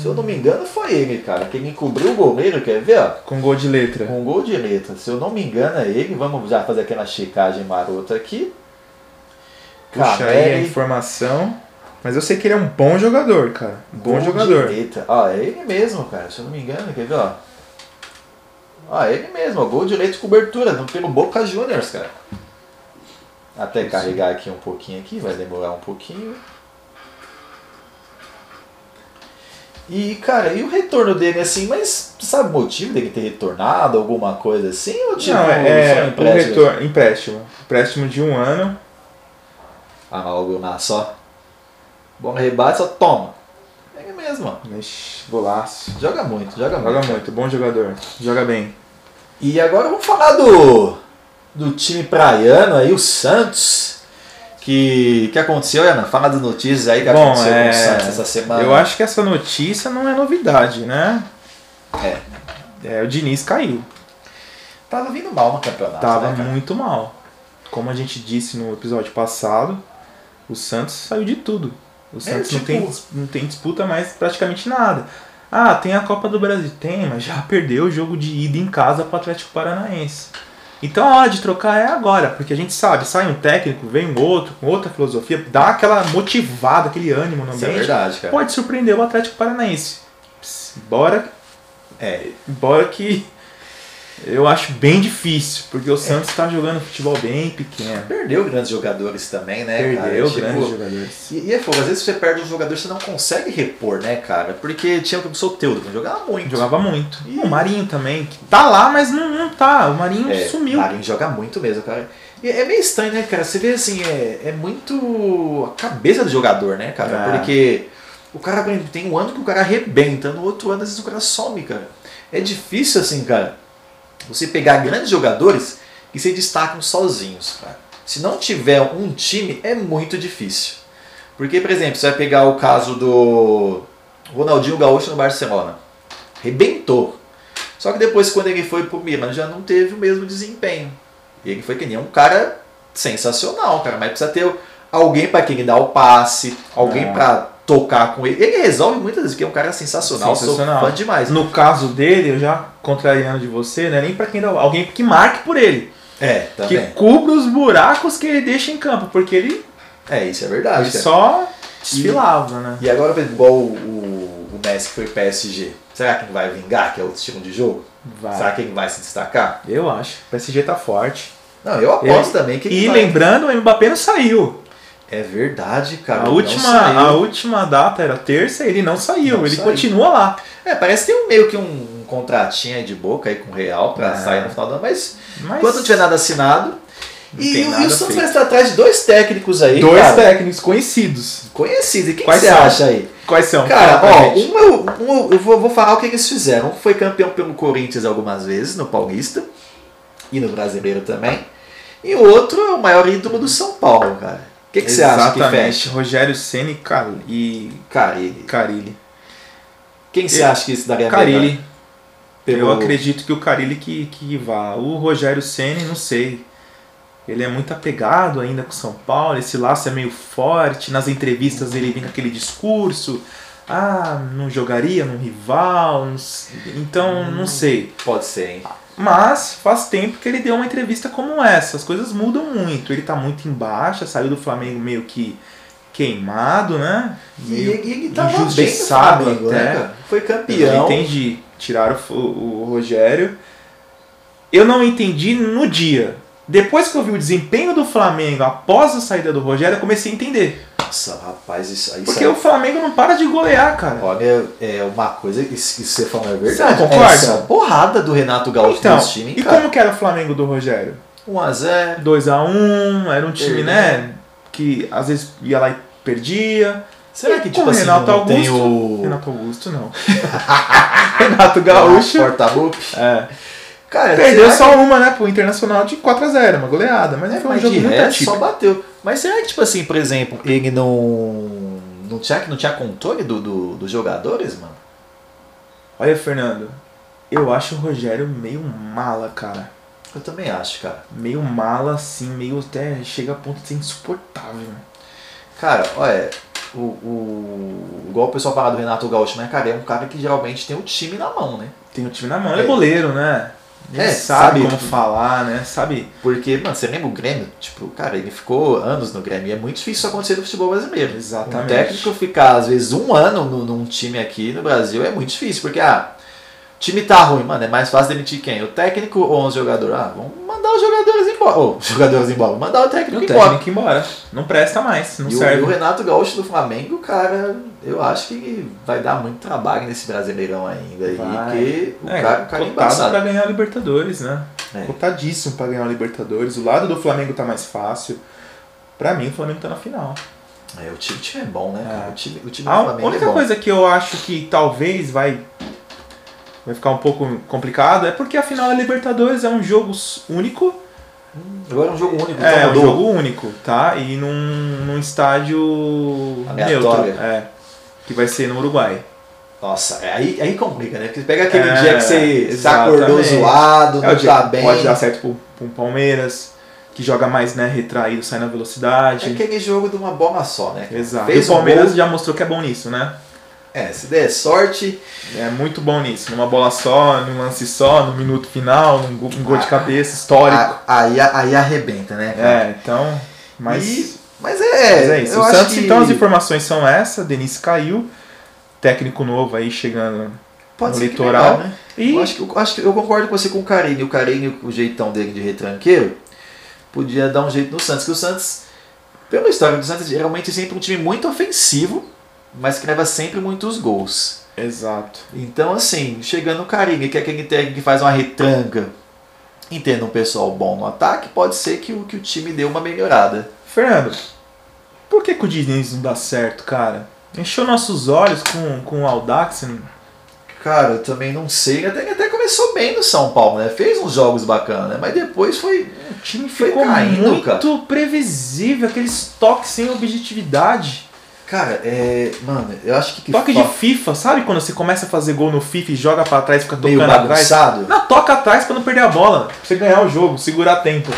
[SPEAKER 1] Se eu não me engano, foi ele, cara. Que ele encobriu o goleiro, quer ver, ó?
[SPEAKER 2] Com gol de letra.
[SPEAKER 1] Com gol de letra. Se eu não me engano, é ele. Vamos já fazer aquela checagem marota aqui.
[SPEAKER 2] Puxa aí a
[SPEAKER 1] Caleri,
[SPEAKER 2] informação. Mas eu sei que ele é um bom jogador, cara. Um Bom
[SPEAKER 1] gol
[SPEAKER 2] jogador.
[SPEAKER 1] De letra. Ó, é ele mesmo, cara. Se eu não me engano, quer ver, ó? Ó, é ele mesmo, ó. Gol de letra e cobertura no- pelo Boca Juniors, cara. Até carregar aqui um pouquinho aqui, vai demorar um pouquinho. E, cara, e o retorno dele assim, mas sabe o motivo dele ter retornado, alguma coisa assim? Ou tipo,
[SPEAKER 2] Não,
[SPEAKER 1] só
[SPEAKER 2] é,
[SPEAKER 1] um
[SPEAKER 2] um
[SPEAKER 1] empréstimo?
[SPEAKER 2] retorno, empréstimo. Empréstimo de um ano.
[SPEAKER 1] Ah, algo lá só. Bom rebate, só toma. É mesmo, ó.
[SPEAKER 2] Ixi, golaço.
[SPEAKER 1] Joga muito, joga muito.
[SPEAKER 2] Joga muito, bom jogador. Joga bem.
[SPEAKER 1] E agora vamos falar do, do time praiano aí, o Santos. Que que aconteceu, Ana? Fala das notícias aí que
[SPEAKER 2] Bom,
[SPEAKER 1] aconteceu com
[SPEAKER 2] é,
[SPEAKER 1] o Santos essa semana.
[SPEAKER 2] Eu acho que essa notícia não é novidade, né?
[SPEAKER 1] É,
[SPEAKER 2] É, o Diniz caiu.
[SPEAKER 1] tava vindo mal no campeonato.
[SPEAKER 2] Tava
[SPEAKER 1] né, cara?
[SPEAKER 2] muito mal. Como a gente disse no episódio passado, o Santos saiu de tudo. O Santos
[SPEAKER 1] tipo-
[SPEAKER 2] não, tem, dis- não tem disputa mais praticamente nada. Ah, tem a Copa do Brasil. Tem, mas já perdeu o jogo de ida em casa pro Atlético Paranaense. Então a hora de trocar é agora, porque a gente sabe, sai um técnico, vem um outro, com outra filosofia, dá aquela motivada, aquele ânimo no
[SPEAKER 1] Isso é
[SPEAKER 2] ambiente.
[SPEAKER 1] verdade, cara.
[SPEAKER 2] pode surpreender o Atlético Paranaense. Ps, Bora,
[SPEAKER 1] É,
[SPEAKER 2] embora que eu acho bem difícil, porque o Santos tá jogando futebol bem pequeno.
[SPEAKER 1] perdeu grandes jogadores também, né?
[SPEAKER 2] Perdeu
[SPEAKER 1] cara? Tipo,
[SPEAKER 2] grandes jogadores.
[SPEAKER 1] E, e é fogo, às vezes você perde um jogador você não consegue repor, né, cara? Porque tinha o Soteudo, que jogava muito.
[SPEAKER 2] Jogava muito.
[SPEAKER 1] E-
[SPEAKER 2] O Marinho também, que tá lá, mas não, não tá. O Marinho
[SPEAKER 1] É,
[SPEAKER 2] sumiu.
[SPEAKER 1] Marinho joga muito mesmo, cara. E é meio estranho, né, cara? Você vê assim, é, é muito a cabeça do jogador, né, cara?
[SPEAKER 2] É.
[SPEAKER 1] Porque o cara por exemplo, tem um ano que o cara arrebenta, no outro ano às vezes o cara some, cara. É difícil, assim, cara, você pegar grandes jogadores que se destacam sozinhos, cara. Se não tiver um time, é muito difícil. Porque, por exemplo, você vai pegar o caso do Ronaldinho Gaúcho no Barcelona. Rebentou. Só que depois, quando ele foi pro Milan, já não teve o mesmo desempenho. E ele foi que nem um cara sensacional, cara. Mas precisa ter alguém pra quem ele dá o passe, alguém
[SPEAKER 2] É.
[SPEAKER 1] pra tocar com ele. Ele resolve muitas vezes, porque é um cara sensacional, sensacional. sou fã demais.
[SPEAKER 2] No caso dele, eu já contrariando de você, não é nem para quem dá, alguém que marque por ele.
[SPEAKER 1] É, também.
[SPEAKER 2] Que cubra os buracos que ele deixa em campo, porque ele
[SPEAKER 1] É, isso é verdade.
[SPEAKER 2] ele só desfilava, né?
[SPEAKER 1] E agora, por exemplo, igual o, o, o Messi que foi PSG. Será que vai vingar, que é outro estilo de jogo?
[SPEAKER 2] Vai.
[SPEAKER 1] Será que ele vai se destacar?
[SPEAKER 2] Eu acho. O PSG tá forte.
[SPEAKER 1] Não, eu aposto também que ele
[SPEAKER 2] E
[SPEAKER 1] vai.
[SPEAKER 2] lembrando, o Mbappé não saiu.
[SPEAKER 1] É verdade, cara.
[SPEAKER 2] A
[SPEAKER 1] não
[SPEAKER 2] última,
[SPEAKER 1] saiu.
[SPEAKER 2] a última data era terça, ele não saiu.
[SPEAKER 1] Não
[SPEAKER 2] ele
[SPEAKER 1] saiu.
[SPEAKER 2] continua lá.
[SPEAKER 1] É, parece que tem um, meio que um, um contratinho aí de boca aí com o Real pra
[SPEAKER 2] É.
[SPEAKER 1] sair no final do ano, mas
[SPEAKER 2] Mas
[SPEAKER 1] enquanto não tiver nada assinado.
[SPEAKER 2] Não
[SPEAKER 1] E,
[SPEAKER 2] tem
[SPEAKER 1] o- e
[SPEAKER 2] nada
[SPEAKER 1] o Santos
[SPEAKER 2] feito.
[SPEAKER 1] vai estar atrás de dois técnicos aí.
[SPEAKER 2] dois
[SPEAKER 1] cara,
[SPEAKER 2] técnicos conhecidos.
[SPEAKER 1] Conhecidos. E quem que
[SPEAKER 2] Quais
[SPEAKER 1] você
[SPEAKER 2] são? Então,
[SPEAKER 1] acha aí?
[SPEAKER 2] Quais são?
[SPEAKER 1] Cara,
[SPEAKER 2] Fala pra
[SPEAKER 1] ó,
[SPEAKER 2] gente.
[SPEAKER 1] um, eu, um eu- eu vou, vou falar o que eles fizeram. Um foi campeão pelo Corinthians algumas vezes, no Paulista e no Brasileiro também. E o outro é o maior ídolo do São Paulo, cara. O que, que você acha que
[SPEAKER 2] Exatamente.
[SPEAKER 1] fecha?
[SPEAKER 2] Rogério Ceni e Car- e
[SPEAKER 1] Cara, e
[SPEAKER 2] Carilli.
[SPEAKER 1] quem você
[SPEAKER 2] Eu-
[SPEAKER 1] acha que isso daria a melhor?
[SPEAKER 2] Carilli. Eu
[SPEAKER 1] Pelo-
[SPEAKER 2] acredito que o Carilli que, que vá. O Rogério Ceni, não sei. Ele é muito apegado ainda com São Paulo, esse laço é meio forte. Nas entrevistas ele vem com aquele discurso. Ah, não jogaria num rival. não s- Então,
[SPEAKER 1] Hum.
[SPEAKER 2] não sei.
[SPEAKER 1] Pode ser, hein?
[SPEAKER 2] Mas faz tempo que ele deu uma entrevista como essa. As coisas mudam muito. Ele tá muito em baixa, saiu do Flamengo meio que queimado, né?
[SPEAKER 1] E
[SPEAKER 2] Meio
[SPEAKER 1] ele, ele tava bem no
[SPEAKER 2] injustiçado
[SPEAKER 1] Flamengo, né,
[SPEAKER 2] até.
[SPEAKER 1] cara? Foi
[SPEAKER 2] eu não
[SPEAKER 1] campeão.
[SPEAKER 2] entendi. Tiraram o, o Rogério. Eu não entendi no dia. Depois que eu vi o desempenho do Flamengo após a saída do Rogério, eu comecei a entender.
[SPEAKER 1] Nossa, rapaz, isso é. aí...
[SPEAKER 2] Porque
[SPEAKER 1] saiu-
[SPEAKER 2] o Flamengo não para de golear, cara.
[SPEAKER 1] Olha, é uma coisa, isso, isso que você falou é verdade.
[SPEAKER 2] Você concorda?
[SPEAKER 1] Essa porrada do Renato Gaúcho
[SPEAKER 2] Então,
[SPEAKER 1] nesse time,
[SPEAKER 2] e
[SPEAKER 1] cara.
[SPEAKER 2] como que era o Flamengo do Rogério?
[SPEAKER 1] 1x0.
[SPEAKER 2] 2x1, era um time,
[SPEAKER 1] Perdeu.
[SPEAKER 2] né? Que às vezes ia lá e perdia.
[SPEAKER 1] Será que,
[SPEAKER 2] E
[SPEAKER 1] tipo
[SPEAKER 2] É, com
[SPEAKER 1] assim,
[SPEAKER 2] Renato
[SPEAKER 1] não tem
[SPEAKER 2] Augusto?
[SPEAKER 1] o...
[SPEAKER 2] Renato Augusto, não. Renato Gaúcho.
[SPEAKER 1] Porta-lupe?
[SPEAKER 2] É.
[SPEAKER 1] Cara,
[SPEAKER 2] Perdeu
[SPEAKER 1] será
[SPEAKER 2] só uma, né, pro Internacional de 4x0, uma goleada.
[SPEAKER 1] que...
[SPEAKER 2] Mas não
[SPEAKER 1] é,
[SPEAKER 2] foi um
[SPEAKER 1] mas
[SPEAKER 2] jogo
[SPEAKER 1] de
[SPEAKER 2] muito
[SPEAKER 1] resto,
[SPEAKER 2] atípico.
[SPEAKER 1] só bateu. Mas será que, tipo assim, por exemplo, ele não... Não tinha, não tinha controle do, do- dos jogadores, mano?
[SPEAKER 2] Olha, Fernando, eu acho o Rogério meio mala, cara.
[SPEAKER 1] Eu também acho, cara.
[SPEAKER 2] Meio mala, assim, meio até chega a ponto de ser insuportável.
[SPEAKER 1] Cara, olha, o, o... Igual o pessoal fala do Renato Gaúcho, mas, cara, é um cara que geralmente tem o time na mão, né?
[SPEAKER 2] Tem o time na mão, ele é
[SPEAKER 1] É.
[SPEAKER 2] goleiro, né? Ele
[SPEAKER 1] É,
[SPEAKER 2] sabe,
[SPEAKER 1] sabe-
[SPEAKER 2] como falar, né? Sabe?
[SPEAKER 1] Porque, mano, você lembra o Grêmio? Tipo, cara, ele ficou anos no Grêmio. E é muito difícil isso acontecer no futebol brasileiro.
[SPEAKER 2] Exatamente.
[SPEAKER 1] Um técnico ficar, às vezes, um ano no- num time aqui no Brasil é muito difícil. Porque, ah, o time tá ruim, mano. É mais fácil demitir quem? O técnico ou os jogadores? Ah, vamos mandar os jogadores embora. Ou, os jogadores embora. Mandar o
[SPEAKER 2] E
[SPEAKER 1] um técnico
[SPEAKER 2] o
[SPEAKER 1] embora.
[SPEAKER 2] um técnico embora. Não presta mais, não
[SPEAKER 1] E o, e
[SPEAKER 2] serve.
[SPEAKER 1] o Renato Gaúcho do Flamengo, cara, eu acho que vai dar muito trabalho nesse Brasileirão ainda. aí,
[SPEAKER 2] Vai.
[SPEAKER 1] Porque o
[SPEAKER 2] é,
[SPEAKER 1] cara, o cara é
[SPEAKER 2] cotado
[SPEAKER 1] embaçado.
[SPEAKER 2] pra ganhar a Libertadores, né?
[SPEAKER 1] É.
[SPEAKER 2] Cotadíssimo pra ganhar a Libertadores. O lado do Flamengo tá mais fácil. Pra mim, o Flamengo tá na final.
[SPEAKER 1] É, o time, o time é bom, né, cara? O time, o time do
[SPEAKER 2] A
[SPEAKER 1] Flamengo é
[SPEAKER 2] única
[SPEAKER 1] bom.
[SPEAKER 2] coisa que eu acho que talvez vai vai ficar um pouco complicado é porque a final da Libertadores é um jogo s- único,
[SPEAKER 1] Agora é um jogo único,
[SPEAKER 2] é
[SPEAKER 1] então
[SPEAKER 2] um
[SPEAKER 1] mudou.
[SPEAKER 2] jogo único, tá? E num, num estádio
[SPEAKER 1] Aleatório.
[SPEAKER 2] neutro, é, que vai ser no Uruguai.
[SPEAKER 1] Nossa, é aí, aí complica, né? Porque você pega aquele
[SPEAKER 2] É,
[SPEAKER 1] dia que você você
[SPEAKER 2] exatamente.
[SPEAKER 1] acordou zoado,
[SPEAKER 2] é o
[SPEAKER 1] não
[SPEAKER 2] dia
[SPEAKER 1] tá
[SPEAKER 2] que
[SPEAKER 1] bem.
[SPEAKER 2] Pode dar certo pro, pro Palmeiras, que joga mais, né, retraído, sai na
[SPEAKER 1] É
[SPEAKER 2] velocidade.
[SPEAKER 1] aquele jogo de uma bola só, né?
[SPEAKER 2] Exato.
[SPEAKER 1] Fez
[SPEAKER 2] e o Palmeiras
[SPEAKER 1] um gol.
[SPEAKER 2] já mostrou que é bom nisso, né?
[SPEAKER 1] É, se der sorte,
[SPEAKER 2] É muito bom nisso. Numa bola só, num lance só, no minuto final, num go- um gol
[SPEAKER 1] Ah.
[SPEAKER 2] de cabeça histórico.
[SPEAKER 1] a- aí, aí arrebenta, né? cara?
[SPEAKER 2] É, então. Mas,
[SPEAKER 1] E- Mas
[SPEAKER 2] mas
[SPEAKER 1] é,
[SPEAKER 2] é, isso.
[SPEAKER 1] eu
[SPEAKER 2] O
[SPEAKER 1] acho
[SPEAKER 2] Santos,
[SPEAKER 1] que
[SPEAKER 2] então, as informações são essa. Denise caiu. Técnico novo aí chegando.
[SPEAKER 1] pode
[SPEAKER 2] no
[SPEAKER 1] ser que
[SPEAKER 2] litoral,
[SPEAKER 1] legal, né?
[SPEAKER 2] E
[SPEAKER 1] Eu, acho que, eu acho que eu concordo com você com o Carinho. O Carinho, o jeitão dele de retranqueiro, podia dar um jeito no Santos. Que o Santos, pela história do Santos, geralmente é sempre um time muito ofensivo, mas que leva sempre muitos gols.
[SPEAKER 2] Exato.
[SPEAKER 1] Então, assim, chegando o Carinha, que é aquele técnico que faz uma retranca, e tendo um pessoal bom no ataque, pode ser que o, que o time dê uma melhorada.
[SPEAKER 2] Fernando, por que, que o Diniz não dá certo, cara? Encheu nossos olhos com, com o Aldax.
[SPEAKER 1] Cara, eu também não sei. Até, até começou bem no São Paulo, né? Fez uns jogos bacanas, né? mas depois foi.
[SPEAKER 2] O time
[SPEAKER 1] Foi
[SPEAKER 2] ficou
[SPEAKER 1] caindo,
[SPEAKER 2] muito
[SPEAKER 1] cara.
[SPEAKER 2] previsível. Aqueles toques sem objetividade.
[SPEAKER 1] Cara, é. Mano, eu acho que. que
[SPEAKER 2] Toque de
[SPEAKER 1] fa-
[SPEAKER 2] FIFA, sabe? Quando você começa a fazer gol no FIFA e joga pra trás, fica
[SPEAKER 1] meio
[SPEAKER 2] tocando atrás.
[SPEAKER 1] bagunçado.
[SPEAKER 2] Não, toca atrás pra não perder a bola. Pra você ganhar o jogo, segurar tempo.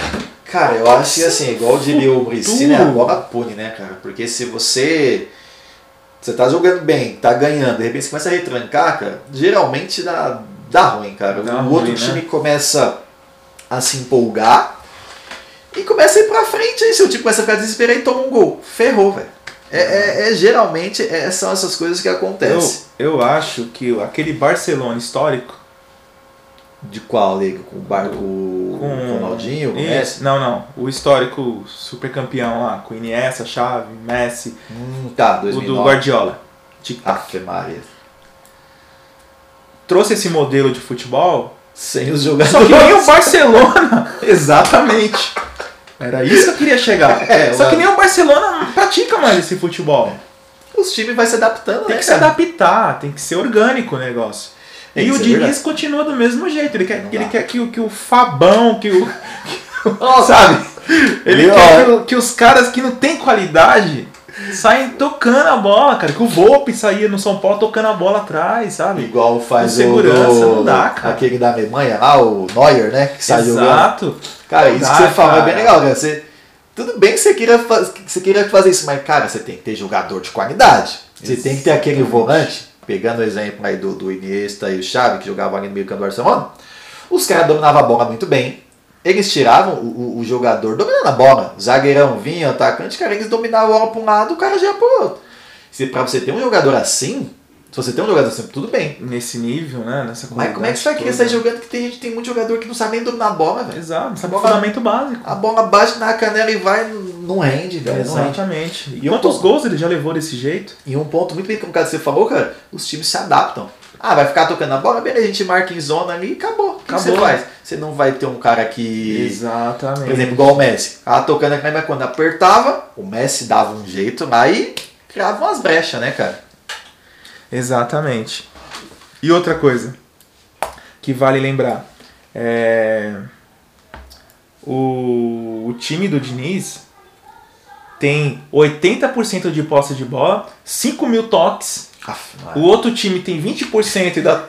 [SPEAKER 1] Cara, eu acho que assim, igual diria o Muricy, né? A
[SPEAKER 2] Futuro.
[SPEAKER 1] bola pune, né, cara? Porque se você Você tá jogando bem, tá ganhando, de repente você começa a retrancar, cara, geralmente dá, dá ruim, cara.
[SPEAKER 2] Dá
[SPEAKER 1] o
[SPEAKER 2] ruim,
[SPEAKER 1] outro
[SPEAKER 2] né?
[SPEAKER 1] time começa a se empolgar e começa a ir pra frente, aí seu time começa a ficar desesperado e toma um gol. Ferrou, velho. É, é- é- geralmente é- são essas coisas que
[SPEAKER 2] Eu,
[SPEAKER 1] acontecem.
[SPEAKER 2] eu acho que aquele Barcelona histórico.
[SPEAKER 1] De qual liga? Com o barco com o Ronaldinho, com o
[SPEAKER 2] Isso.
[SPEAKER 1] Messi?
[SPEAKER 2] Não, não. O histórico super campeão lá, com Iniesta, Chave, Messi,
[SPEAKER 1] Hum, tá,
[SPEAKER 2] o do
[SPEAKER 1] 2009.
[SPEAKER 2] Guardiola. Tic tac.
[SPEAKER 1] Aff, Maria.
[SPEAKER 2] Trouxe esse modelo de futebol,
[SPEAKER 1] Sem os
[SPEAKER 2] só que nem o
[SPEAKER 1] jogadores.
[SPEAKER 2] Barcelona. Exatamente. Era isso que eu queria chegar.
[SPEAKER 1] É,
[SPEAKER 2] só que
[SPEAKER 1] mano.
[SPEAKER 2] nem o Barcelona pratica mais esse futebol.
[SPEAKER 1] Os times vai se adaptando,
[SPEAKER 2] Tem
[SPEAKER 1] né,
[SPEAKER 2] que se
[SPEAKER 1] cara?
[SPEAKER 2] adaptar, tem que ser orgânico o negócio.
[SPEAKER 1] É,
[SPEAKER 2] e
[SPEAKER 1] isso
[SPEAKER 2] o
[SPEAKER 1] é
[SPEAKER 2] Diniz
[SPEAKER 1] verdade.
[SPEAKER 2] continua do mesmo jeito. Ele quer,
[SPEAKER 1] Não
[SPEAKER 2] ele
[SPEAKER 1] dá.
[SPEAKER 2] quer que, o- que o Fabão, que o.
[SPEAKER 1] Sabe?
[SPEAKER 2] Ele
[SPEAKER 1] Viu?
[SPEAKER 2] quer que, o- que os caras que não tem qualidade saem tocando a bola, cara. Que o Volpe saía no São Paulo tocando a bola atrás, sabe?
[SPEAKER 1] Igual faz
[SPEAKER 2] Com
[SPEAKER 1] o
[SPEAKER 2] segurança,
[SPEAKER 1] do-
[SPEAKER 2] não dá, cara.
[SPEAKER 1] aquele da Alemanha lá, o Neuer, né? Que sai jogando.
[SPEAKER 2] Exato.
[SPEAKER 1] Cara,
[SPEAKER 2] Não
[SPEAKER 1] isso
[SPEAKER 2] dá,
[SPEAKER 1] que você fala é
[SPEAKER 2] cara.
[SPEAKER 1] bem legal, cara. Você, tudo bem que você queira, faz- que você queira fazer isso, mas, cara, você tem que ter jogador de qualidade. Você tem que ter aquele volante, pegando o exemplo aí do, do Iniesta e o Xavi, que jogavam ali no meio campo do Barcelona. Os caras dominavam a bola muito bem. Eles tiravam o, o- o jogador dominando a bola. Zagueirão vinha, atacante, cara, eles dominavam a bola para um lado, o cara já ia pro outro. Se, pra você ter um jogador assim, se você tem um jogador assim, tudo bem.
[SPEAKER 2] Nesse nível, né? Nessa
[SPEAKER 1] Mas como é que você vai
[SPEAKER 2] qualidade
[SPEAKER 1] querer
[SPEAKER 2] toda.
[SPEAKER 1] sair jogando que tem gente, tem muito jogador que não sabe nem dominar a bola, velho?
[SPEAKER 2] Exato, sabe o
[SPEAKER 1] Bola-
[SPEAKER 2] fundamento básico.
[SPEAKER 1] A bola bate na canela e vai, não rende, velho. Não rende.
[SPEAKER 2] Exatamente. E
[SPEAKER 1] é né? E o
[SPEAKER 2] quantos
[SPEAKER 1] Paulo?
[SPEAKER 2] gols ele já levou desse jeito?
[SPEAKER 1] E um ponto muito bem colocado que você falou, cara, os times se adaptam. Ah, vai ficar tocando a bola, beleza, a gente marca em zona ali e acabou. O que
[SPEAKER 2] Acabou.
[SPEAKER 1] você faz? Você não vai ter um cara que.
[SPEAKER 2] Exatamente.
[SPEAKER 1] Por exemplo, igual o Messi. Ah, tocando aqui, mas quando apertava, o Messi dava um jeito lá e criava umas brechas, né, cara?
[SPEAKER 2] Exatamente. E outra coisa que vale lembrar é o, o time do Diniz tem 80% de posse de bola, 5 mil toques.
[SPEAKER 1] Aff,
[SPEAKER 2] O outro time tem 20% e dá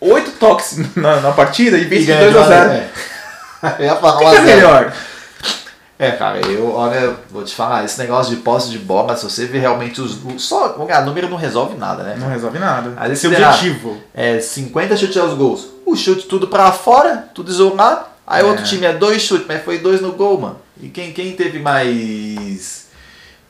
[SPEAKER 2] 8 toques na, na partida e vence de 2 a
[SPEAKER 1] um
[SPEAKER 2] 0.
[SPEAKER 1] É, ia falar
[SPEAKER 2] O que que é
[SPEAKER 1] 1 a 0.
[SPEAKER 2] melhor?
[SPEAKER 1] É, cara, eu, olha, vou te falar, esse negócio de posse de bola, se você vê realmente os. o- Só, o ah, número não resolve nada, né?
[SPEAKER 2] Não resolve nada.
[SPEAKER 1] Às vezes
[SPEAKER 2] Esse é o
[SPEAKER 1] será.
[SPEAKER 2] objetivo.
[SPEAKER 1] É 50 chutes aos gols. O chute tudo pra fora, tudo isolado. Aí o
[SPEAKER 2] É.
[SPEAKER 1] outro time é dois chutes, mas foi dois no gol, mano. E quem, quem teve mais.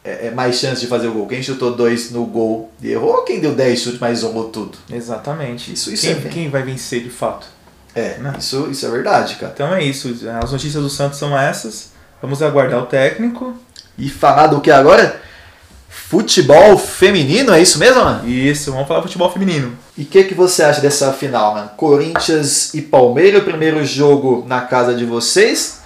[SPEAKER 1] é, é, mais chance de fazer o gol? Quem chutou dois no gol e errou ou quem deu 10 chutes, mas isolou tudo?
[SPEAKER 2] Exatamente.
[SPEAKER 1] Isso- isso é
[SPEAKER 2] quem,
[SPEAKER 1] bem.
[SPEAKER 2] quem vai vencer de fato?
[SPEAKER 1] É,
[SPEAKER 2] Né?
[SPEAKER 1] isso, isso é verdade, cara.
[SPEAKER 2] Então é isso. As notícias do Santos são essas. Vamos aguardar o técnico.
[SPEAKER 1] E falar do que agora? Futebol feminino, é isso mesmo, mano?
[SPEAKER 2] Isso, vamos falar futebol feminino.
[SPEAKER 1] E o que, que você acha dessa final, mano? Corinthians e Palmeiras, o primeiro jogo na casa de vocês,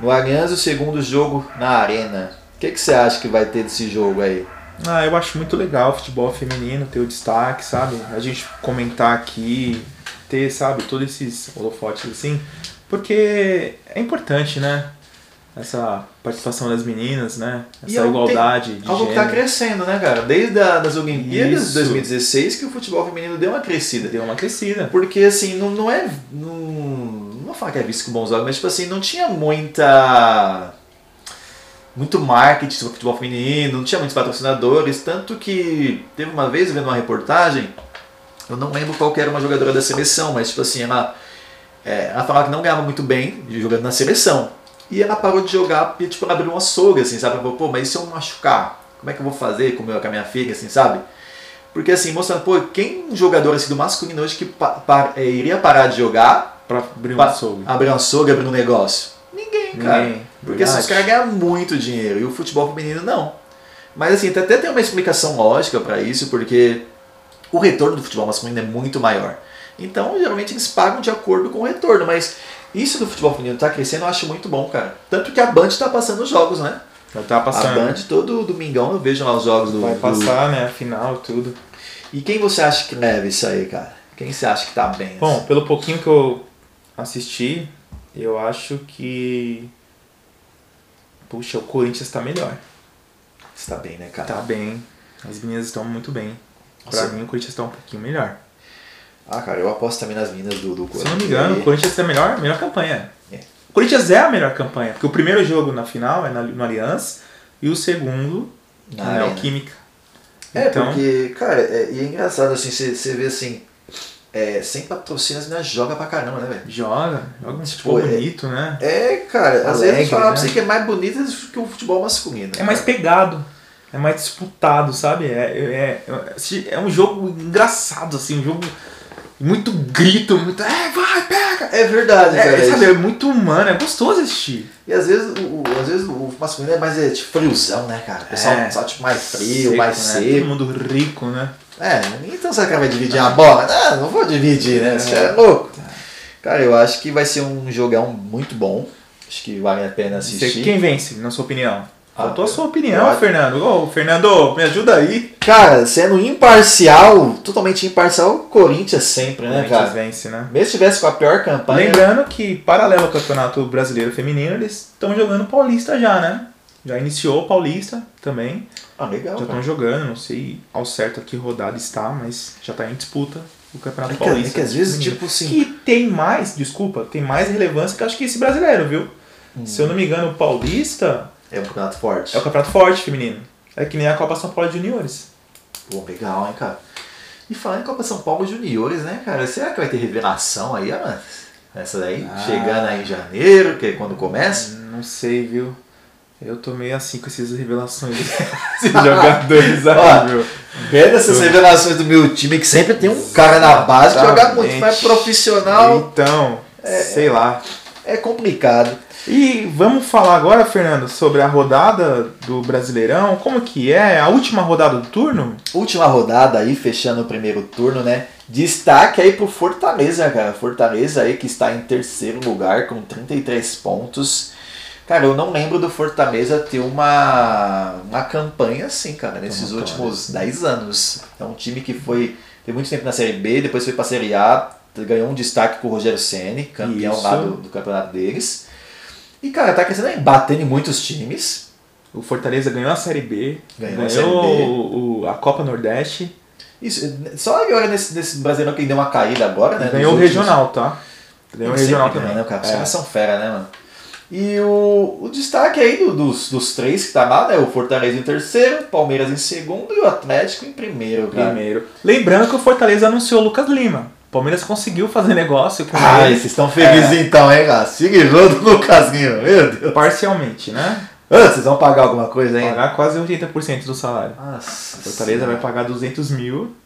[SPEAKER 1] no Allianz, o segundo jogo na Arena. O que, que você acha que vai ter desse jogo aí?
[SPEAKER 2] Ah, eu acho muito legal o futebol feminino ter o destaque, sabe? A gente comentar aqui, ter, sabe, todos esses holofotes assim, porque é importante, né? Essa participação das meninas, né? Essa
[SPEAKER 1] E algo
[SPEAKER 2] igualdade de
[SPEAKER 1] Algo que tá
[SPEAKER 2] gênero.
[SPEAKER 1] crescendo, né, cara? Desde a, das Olimpíadas
[SPEAKER 2] Isso.
[SPEAKER 1] de 2016 que o futebol feminino deu uma crescida.
[SPEAKER 2] Deu uma crescida.
[SPEAKER 1] Porque, assim, não, não é... Não, não vou falar que é visto com bons olhos, mas, tipo assim, não tinha muita... Muito marketing sobre futebol feminino, não tinha muitos patrocinadores, tanto que teve uma vez, vendo uma reportagem, eu não lembro qual que era uma jogadora da seleção, mas, tipo assim, ela, é, ela falava que não ganhava muito bem de- jogando na seleção. E ela parou de jogar porque, tipo, ela abriu uma sogra, assim, sabe? Ela falou, pô, mas e se eu machucar? Como é que eu vou fazer com, o meu, com a minha filha, assim, sabe? Porque assim, mostrando, pô, quem um jogador assim do masculino hoje que pa- pa- eh, iria parar de jogar,
[SPEAKER 2] Pra abrir um
[SPEAKER 1] Pa-
[SPEAKER 2] açougue.
[SPEAKER 1] abrir uma sogra, abrir um negócio? Ninguém, cara.
[SPEAKER 2] Ninguém,
[SPEAKER 1] Porque assim, os
[SPEAKER 2] verdade.
[SPEAKER 1] caras ganham muito dinheiro e o futebol feminino não. Mas assim, até tem uma explicação lógica pra isso, porque o retorno do futebol masculino é muito maior. Então, geralmente eles pagam de acordo com o retorno, mas isso do futebol feminino tá crescendo, eu acho muito bom, cara. Tanto que a Band tá passando os jogos, né?
[SPEAKER 2] Já tá
[SPEAKER 1] A
[SPEAKER 2] passando.
[SPEAKER 1] Band, todo domingão eu vejo lá os jogos do,
[SPEAKER 2] Vai
[SPEAKER 1] do-
[SPEAKER 2] passar, né? A final, tudo.
[SPEAKER 1] e quem você acha que leva isso aí, cara? Quem você acha que tá bem?
[SPEAKER 2] Bom, pelo pouquinho que eu assisti, eu acho que. Puxa, o Corinthians tá melhor.
[SPEAKER 1] Você tá bem, né, cara?
[SPEAKER 2] Tá bem. As meninas estão muito bem. Pra
[SPEAKER 1] Nossa.
[SPEAKER 2] mim, o Corinthians tá um pouquinho melhor.
[SPEAKER 1] Ah, cara, eu aposto também nas minas do, do
[SPEAKER 2] Se eu não me engano,
[SPEAKER 1] E-
[SPEAKER 2] o Corinthians tem a melhor, a melhor campanha.
[SPEAKER 1] É.
[SPEAKER 2] O Corinthians é a melhor campanha, porque o primeiro jogo na final é na, no Allianz e o segundo
[SPEAKER 1] Na
[SPEAKER 2] na
[SPEAKER 1] Arena.
[SPEAKER 2] Neoquímica.
[SPEAKER 1] É,
[SPEAKER 2] Então-
[SPEAKER 1] porque, cara, é, e é engraçado assim, você você vê assim, é, sem patrocínio as meninas jogam pra caramba, né, velho?
[SPEAKER 2] Joga, joga um
[SPEAKER 1] Tipo,
[SPEAKER 2] futebol
[SPEAKER 1] é-
[SPEAKER 2] bonito, né?
[SPEAKER 1] É, cara, às
[SPEAKER 2] Alegre,
[SPEAKER 1] vezes falar pra
[SPEAKER 2] né?
[SPEAKER 1] você que é mais bonita que o futebol masculino.
[SPEAKER 2] É mais pegado, é mais disputado, sabe? É, é, é, se- é um jogo engraçado, assim, um jogo muito grito, muito. É, vai, pega!
[SPEAKER 1] É verdade,
[SPEAKER 2] É,
[SPEAKER 1] cara.
[SPEAKER 2] é,
[SPEAKER 1] isso.
[SPEAKER 2] sabe, é muito humano, é gostoso assistir.
[SPEAKER 1] E às vezes, o, o- às vezes o masculino é mais é, tipo, friozão, né, cara? O pessoal,
[SPEAKER 2] É.
[SPEAKER 1] só, tipo, mais frio, mais
[SPEAKER 2] né? Todo
[SPEAKER 1] seco.
[SPEAKER 2] mundo rico, né?
[SPEAKER 1] É, ninguém então será que vai dividir a bola? Ah, não vou dividir, né? Você é louco. Cara, eu acho que vai ser um jogão muito bom. Acho que vale a pena
[SPEAKER 2] Você-
[SPEAKER 1] assistir.
[SPEAKER 2] quem vence, na sua opinião?
[SPEAKER 1] Ah,
[SPEAKER 2] Faltou a sua
[SPEAKER 1] eu
[SPEAKER 2] opinião,
[SPEAKER 1] acho-
[SPEAKER 2] Fernando. Ô, Fernando, me ajuda aí.
[SPEAKER 1] Cara, sendo imparcial, totalmente imparcial, o Corinthians sempre, né,
[SPEAKER 2] Corinthians
[SPEAKER 1] cara?
[SPEAKER 2] vence, né?
[SPEAKER 1] Mesmo se tivesse com a pior campanha.
[SPEAKER 2] Lembrando que, paralelo ao Campeonato Brasileiro Feminino, eles estão jogando Paulista já, né? Já iniciou o Paulista também.
[SPEAKER 1] Ah, legal.
[SPEAKER 2] Já
[SPEAKER 1] cara.
[SPEAKER 2] estão jogando, não sei ao certo a que rodada está, mas já está em disputa o Campeonato
[SPEAKER 1] É que-
[SPEAKER 2] Paulista.
[SPEAKER 1] é que às vezes,
[SPEAKER 2] feminino.
[SPEAKER 1] tipo assim-
[SPEAKER 2] Que tem mais, desculpa, tem mais relevância que eu acho que esse brasileiro, viu?
[SPEAKER 1] Hum.
[SPEAKER 2] Se eu não me engano, o Paulista
[SPEAKER 1] É um campeonato forte.
[SPEAKER 2] é o campeonato forte feminino. É que nem a Copa São Paulo de Juniores.
[SPEAKER 1] Pô, legal, hein, cara. E falando em Copa São Paulo Juniores, né, cara? Será que vai ter revelação aí, Alan? Essa daí?
[SPEAKER 2] Ah.
[SPEAKER 1] Chegando aí em janeiro, que é quando começa?
[SPEAKER 2] Não sei, viu? Eu tô meio assim com essas revelações desses jogadores
[SPEAKER 1] Ó,
[SPEAKER 2] aí, viu?
[SPEAKER 1] Vendo essas revelações do meu time, que sempre tem um cara na base que joga muito, mas
[SPEAKER 2] Exatamente.
[SPEAKER 1] profissional
[SPEAKER 2] Então, sei lá.
[SPEAKER 1] é complicado.
[SPEAKER 2] E vamos falar agora, Fernando, sobre a rodada do Brasileirão. Como que é? A última rodada do turno?
[SPEAKER 1] Última rodada aí, fechando o primeiro turno, né? Destaque aí pro Fortaleza, cara. Fortaleza aí que está em terceiro lugar com 33 pontos. Cara, eu não lembro do Fortaleza ter uma, uma campanha assim, cara, nesses
[SPEAKER 2] Uma vitória.
[SPEAKER 1] últimos 10 anos. É um time que foi. Teve muito tempo na Série B, depois foi pra Série A, ganhou um destaque com o Rogério Ceni, campeão lá
[SPEAKER 2] Isso.
[SPEAKER 1] do, do campeonato deles. E, cara, tá crescendo aí, batendo em muitos times.
[SPEAKER 2] O Fortaleza ganhou a Série B,
[SPEAKER 1] Ganhou
[SPEAKER 2] ganhou,
[SPEAKER 1] a Série B.
[SPEAKER 2] o- o- a Copa Nordeste,
[SPEAKER 1] Isso, só agora nesse, nesse brasileiro que deu uma caída agora, né?
[SPEAKER 2] ganhou o
[SPEAKER 1] nos últimos-
[SPEAKER 2] Regional, tá? Ganhou o
[SPEAKER 1] Sempre
[SPEAKER 2] Regional
[SPEAKER 1] ganha,
[SPEAKER 2] também.
[SPEAKER 1] Né, cara? Os
[SPEAKER 2] É.
[SPEAKER 1] caras são fera, né, mano? E o, o destaque aí do- dos, dos três que tá lá, né? O Fortaleza em terceiro, o Palmeiras em segundo e o Atlético em primeiro, cara.
[SPEAKER 2] Primeiro. Lembrando que o Fortaleza anunciou o Lucas Lima. O Palmeiras conseguiu fazer negócio com
[SPEAKER 1] Ah,
[SPEAKER 2] ele
[SPEAKER 1] vocês estão felizes então, hein, cara? Siga e vão do Lucas Lima, meu Deus.
[SPEAKER 2] parcialmente, né?
[SPEAKER 1] Ah, vocês vão pagar alguma coisa ainda?
[SPEAKER 2] Pagar quase 80% do salário.
[SPEAKER 1] Nossa.
[SPEAKER 2] Fortaleza vai pagar 200 mil,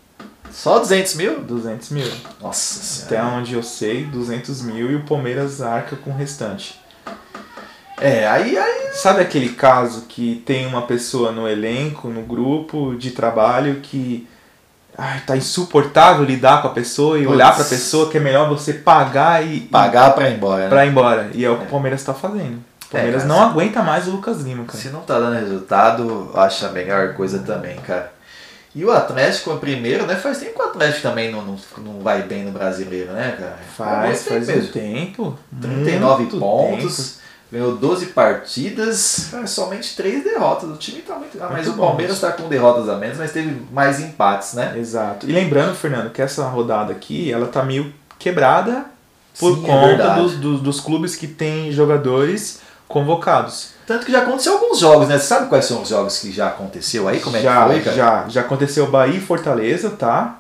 [SPEAKER 1] Só 200 mil?
[SPEAKER 2] 200 mil. É.
[SPEAKER 1] Nossa senhora.
[SPEAKER 2] Até onde eu sei, 200 mil e o Palmeiras arca com o restante.
[SPEAKER 1] É, aí, aí.
[SPEAKER 2] Sabe aquele caso que tem uma pessoa no elenco, no grupo de trabalho que ai, tá insuportável lidar com a pessoa e
[SPEAKER 1] Putz.
[SPEAKER 2] olhar pra pessoa que é melhor você pagar e
[SPEAKER 1] Pagar pra ir embora, né?
[SPEAKER 2] para ir embora. E é o que o Palmeiras tá fazendo. O Palmeiras
[SPEAKER 1] É, cara,
[SPEAKER 2] não aguenta mais o Lucas Lima, cara.
[SPEAKER 1] Se não tá dando resultado, acho a melhor coisa também, cara. E o Atlético é o primeiro, né? Faz tempo que o Atlético também não, não, não vai bem no brasileiro, né, cara?
[SPEAKER 2] Faz,
[SPEAKER 1] tempo
[SPEAKER 2] faz um tempo.
[SPEAKER 1] 39
[SPEAKER 2] muito
[SPEAKER 1] pontos,
[SPEAKER 2] tempo.
[SPEAKER 1] ganhou 12 partidas, cara, somente 3 derrotas. O time tá muito. Ah, mas
[SPEAKER 2] Muito
[SPEAKER 1] o Palmeiras
[SPEAKER 2] bom.
[SPEAKER 1] tá com derrotas a menos, mas teve mais empates, né?
[SPEAKER 2] Exato. E lembrando, Fernando, que essa rodada aqui, ela tá meio quebrada por
[SPEAKER 1] Sim, é
[SPEAKER 2] conta
[SPEAKER 1] verdade.
[SPEAKER 2] dos, dos, dos clubes que tem jogadores convocados.
[SPEAKER 1] Tanto que já aconteceu alguns jogos, né? Você sabe quais são os jogos que já aconteceu aí? Como é
[SPEAKER 2] já,
[SPEAKER 1] que foi, cara?
[SPEAKER 2] já, já aconteceu Bahia e Fortaleza, tá?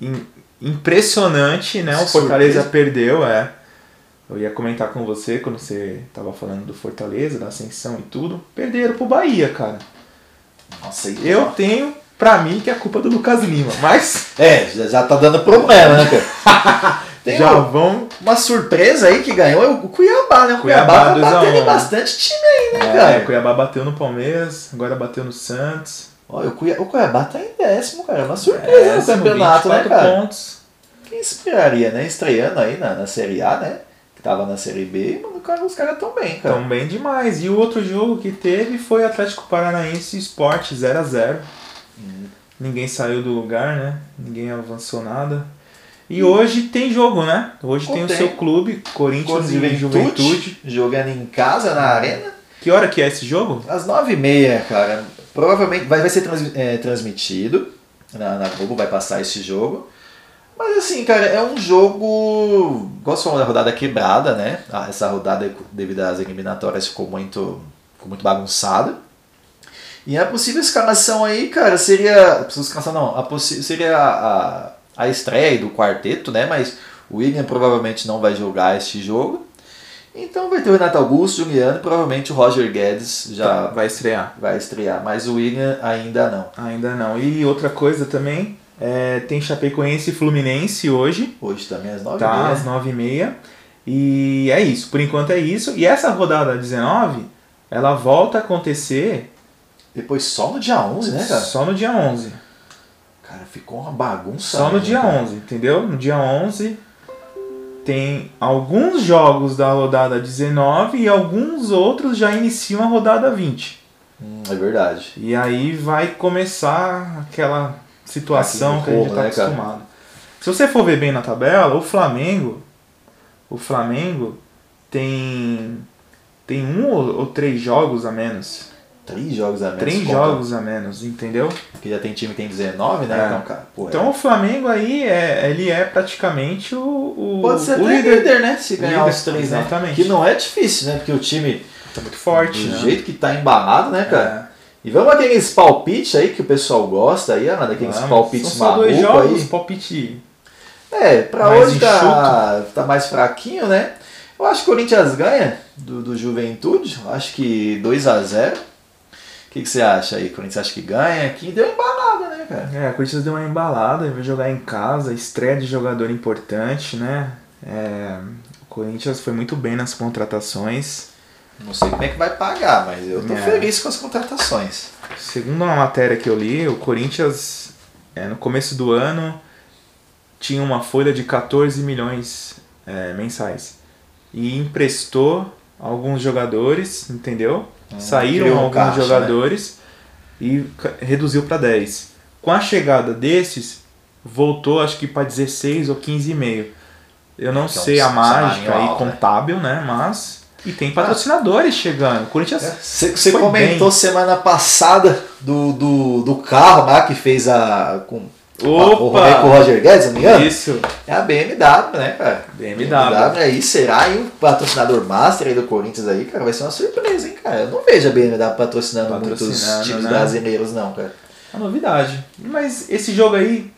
[SPEAKER 2] Im- impressionante, né? O
[SPEAKER 1] Surpresa.
[SPEAKER 2] Fortaleza perdeu, é. Eu ia comentar com você quando você tava falando do Fortaleza, da ascensão e tudo. Perderam pro Bahia, cara.
[SPEAKER 1] Nossa, e-
[SPEAKER 2] Eu tenho pra mim que é culpa do Lucas Lima, mas
[SPEAKER 1] É, já, já tá dando problema, né, cara? Tem um
[SPEAKER 2] já
[SPEAKER 1] o-
[SPEAKER 2] vão
[SPEAKER 1] Uma surpresa aí que ganhou é o Cuiabá, né? O Cuiabá,
[SPEAKER 2] Cuiabá
[SPEAKER 1] tá
[SPEAKER 2] 2 a 1.
[SPEAKER 1] batendo em bastante time aí, né,
[SPEAKER 2] É,
[SPEAKER 1] cara?
[SPEAKER 2] Cuiabá bateu no Palmeiras, agora bateu no Santos. É,
[SPEAKER 1] Olha, o, Cuiabá, o Cuiabá tá em décimo, cara. Uma surpresa no
[SPEAKER 2] Décimo,
[SPEAKER 1] campeonato, né,
[SPEAKER 2] 24
[SPEAKER 1] cara?
[SPEAKER 2] pontos.
[SPEAKER 1] Quem esperaria, né? Estreando aí na, na Série A, né? Que tava na Série B, mano, cara, os caras tão bem, cara.
[SPEAKER 2] Então bem demais. E o outro jogo que teve foi Atlético Paranaense e Sport 0x0. Hum. Ninguém saiu do lugar, né? Ninguém avançou nada. E hoje tem jogo, né? Hoje Hum. tem o
[SPEAKER 1] Contém.
[SPEAKER 2] seu clube, Corinthians
[SPEAKER 1] Corinthians
[SPEAKER 2] e Juventude.
[SPEAKER 1] jogando em casa na arena.
[SPEAKER 2] Que hora que é esse jogo?
[SPEAKER 1] Às nove e meia, cara. Provavelmente vai, vai ser trans- é, transmitido na, na Globo, vai passar esse jogo. Mas assim, cara, é um jogo. Gosto falando da rodada quebrada, né? Ah, Essa rodada, devido às eliminatórias, ficou muito, ficou muito bagunçada. E a possível escalação aí, cara, seria. Possível escalação não, a possi- seria a, a, a estreia aí do quarteto, né? Mas o William provavelmente não vai jogar este jogo. Então vai ter o Renato Augusto, o Juliano e provavelmente o Roger Guedes já
[SPEAKER 2] Vai estrear.
[SPEAKER 1] vai estrear, mas o William ainda não.
[SPEAKER 2] Ainda não. E outra coisa também, é, tem Chapecoense e Fluminense hoje,
[SPEAKER 1] Hoje também às 9
[SPEAKER 2] tá? Às 9h30. E é isso, por enquanto é isso. E essa rodada 19, ela volta a acontecer
[SPEAKER 1] Depois só no dia 11, né, cara?
[SPEAKER 2] só no dia 11.
[SPEAKER 1] Cara, ficou uma bagunça.
[SPEAKER 2] Só no
[SPEAKER 1] né,
[SPEAKER 2] dia
[SPEAKER 1] cara?
[SPEAKER 2] 11, entendeu? No dia 11 tem alguns jogos da rodada 19 e alguns outros já iniciam a rodada 20.
[SPEAKER 1] Hum, é verdade.
[SPEAKER 2] E aí vai começar aquela situação
[SPEAKER 1] Aquele
[SPEAKER 2] que a gente
[SPEAKER 1] rolo,
[SPEAKER 2] está
[SPEAKER 1] né, cara?
[SPEAKER 2] acostumado. Se você for ver bem na tabela, o Flamengo, o Flamengo tem tem um ou, ou três jogos a menos.
[SPEAKER 1] Três jogos a menos.
[SPEAKER 2] Três
[SPEAKER 1] conta-
[SPEAKER 2] jogos a menos, entendeu?
[SPEAKER 1] Porque já tem time que tem 19, né?
[SPEAKER 2] É.
[SPEAKER 1] Então, cara, pô, é-
[SPEAKER 2] Então o Flamengo aí é, ele é praticamente o, o,
[SPEAKER 1] Pode ser
[SPEAKER 2] o
[SPEAKER 1] até líder,
[SPEAKER 2] líder
[SPEAKER 1] né? Se ganhar
[SPEAKER 2] Líder,
[SPEAKER 1] os três, né?
[SPEAKER 2] exatamente.
[SPEAKER 1] Que não é difícil, né? Porque o time,
[SPEAKER 2] Tá muito forte,
[SPEAKER 1] do
[SPEAKER 2] né?
[SPEAKER 1] jeito que tá embalado, né, cara?
[SPEAKER 2] É.
[SPEAKER 1] E vamos aqueles palpites aí que o pessoal gosta aí, Ana, daqueles
[SPEAKER 2] É. Vamos.
[SPEAKER 1] palpites
[SPEAKER 2] São só dois jogos,
[SPEAKER 1] malucos aí.
[SPEAKER 2] palpite.
[SPEAKER 1] É, pra
[SPEAKER 2] Mais
[SPEAKER 1] hoje tá, tá mais fraquinho, né? Eu acho que o Corinthians ganha do, do Juventude, Eu acho que 2x0. O que, que você acha aí? O Corinthians acha que ganha? Que deu embalada, né, cara?
[SPEAKER 2] É, a Corinthians deu uma embalada, vai jogar em casa, estreia de jogador importante, né? É, o Corinthians foi muito bem nas contratações.
[SPEAKER 1] Não sei como é que vai pagar, mas eu tô
[SPEAKER 2] É.
[SPEAKER 1] feliz com as contratações.
[SPEAKER 2] Segundo uma matéria que eu li, o Corinthians, é, no começo do ano, tinha uma folha de 14 milhões é, mensais. E emprestou alguns jogadores, entendeu? Saíram
[SPEAKER 1] criou um
[SPEAKER 2] alguns
[SPEAKER 1] caixa, né?
[SPEAKER 2] jogadores e ca- reduziu para 10. Com a chegada desses, voltou acho que para 16 ou 15,5. Eu não
[SPEAKER 1] Que é um
[SPEAKER 2] sei a
[SPEAKER 1] salário
[SPEAKER 2] mágica aí
[SPEAKER 1] alto, né?
[SPEAKER 2] contábil, né? Mas. E tem patrocinadores chegando. O Corinthians.
[SPEAKER 1] Você, você
[SPEAKER 2] É. Foi
[SPEAKER 1] comentou
[SPEAKER 2] bem.
[SPEAKER 1] semana passada do, do, do carro lá que fez a. Com, a- o Romero com o
[SPEAKER 2] Opa!
[SPEAKER 1] Roger Guedes, se não me engano?
[SPEAKER 2] Isso!
[SPEAKER 1] É a BMW, né, cara?
[SPEAKER 2] BMW.
[SPEAKER 1] aí, será? E o patrocinador master aí do Corinthians aí, cara, vai ser uma surpresa, hein, cara? Eu não vejo a BMW patrocinando, muitos
[SPEAKER 2] Patrocinando,
[SPEAKER 1] times
[SPEAKER 2] né?
[SPEAKER 1] brasileiros, não, cara.
[SPEAKER 2] A novidade. Mas esse jogo aí.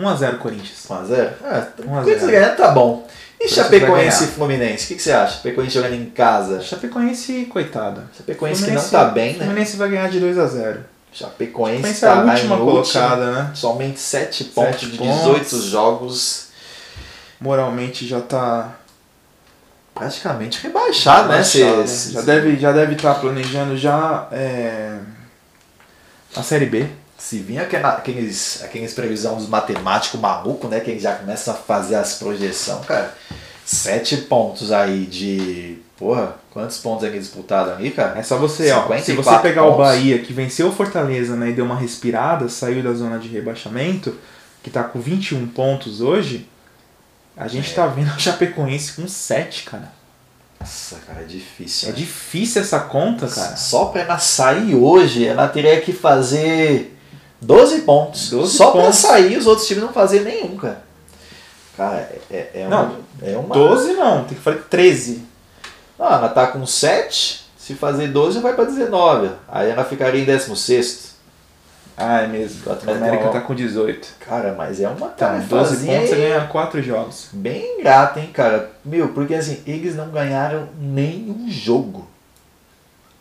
[SPEAKER 2] 1x0 Corinthians.
[SPEAKER 1] 1x0? Ah,
[SPEAKER 2] Um a
[SPEAKER 1] Corinthians
[SPEAKER 2] zero.
[SPEAKER 1] ganhando tá bom. E
[SPEAKER 2] Corinthians
[SPEAKER 1] Chapecoense
[SPEAKER 2] vai
[SPEAKER 1] e Fluminense? O que, que você acha? Chapecoense jogando em casa.
[SPEAKER 2] Chapecoense, coitada.
[SPEAKER 1] Chapecoense que não tá bem, né?
[SPEAKER 2] Fluminense vai ganhar de 2x0.
[SPEAKER 1] Chapecoense
[SPEAKER 2] Fluminense é a
[SPEAKER 1] tá lá em
[SPEAKER 2] última
[SPEAKER 1] último.
[SPEAKER 2] colocada, né?
[SPEAKER 1] Somente 7 pontos
[SPEAKER 2] Sete
[SPEAKER 1] de
[SPEAKER 2] pontos.
[SPEAKER 1] 18 jogos.
[SPEAKER 2] Moralmente já tá.
[SPEAKER 1] Praticamente rebaixado, né? Cê-
[SPEAKER 2] baixado, né?
[SPEAKER 1] cê-
[SPEAKER 2] Já deve já deve estar planejando já. é, A Série B.
[SPEAKER 1] Se vinha aqueles, aqueles previsão dos matemáticos maluco, né? Que já começa a fazer as projeções, cara. Sete pontos aí de. Porra, quantos pontos é que disputaram ali, cara?
[SPEAKER 2] É só você, ó.
[SPEAKER 1] 54
[SPEAKER 2] Se você pegar o
[SPEAKER 1] pontos.
[SPEAKER 2] Bahia, que venceu o Fortaleza, né, e deu uma respirada, saiu da zona de rebaixamento, que tá com 21 pontos hoje, a gente
[SPEAKER 1] É.
[SPEAKER 2] tá vendo a Chapecoense com 7, cara.
[SPEAKER 1] Nossa, cara, é difícil.
[SPEAKER 2] É
[SPEAKER 1] né?
[SPEAKER 2] difícil essa conta, cara.
[SPEAKER 1] Só pra ela sair hoje, ela teria que fazer 12 pontos.
[SPEAKER 2] 12
[SPEAKER 1] Só pra
[SPEAKER 2] pontos.
[SPEAKER 1] sair, os outros times não fazer nenhum, cara. Cara, é, é, uma,
[SPEAKER 2] Não,
[SPEAKER 1] é uma.
[SPEAKER 2] 12 não, tem que fazer 13.
[SPEAKER 1] Ah, ela tá com 7. Se fazer 12, vai pra 19. Aí ela ficaria em 16.
[SPEAKER 2] Ah, é mesmo.
[SPEAKER 1] Quatro,
[SPEAKER 2] A América
[SPEAKER 1] não.
[SPEAKER 2] tá com 18.
[SPEAKER 1] Cara, mas é uma
[SPEAKER 2] Tá,
[SPEAKER 1] tarefa
[SPEAKER 2] 12 pontos você
[SPEAKER 1] aí
[SPEAKER 2] ganha 4 jogos.
[SPEAKER 1] bem ingrata, hein, cara. Meu, porque assim, eles não ganharam nenhum jogo.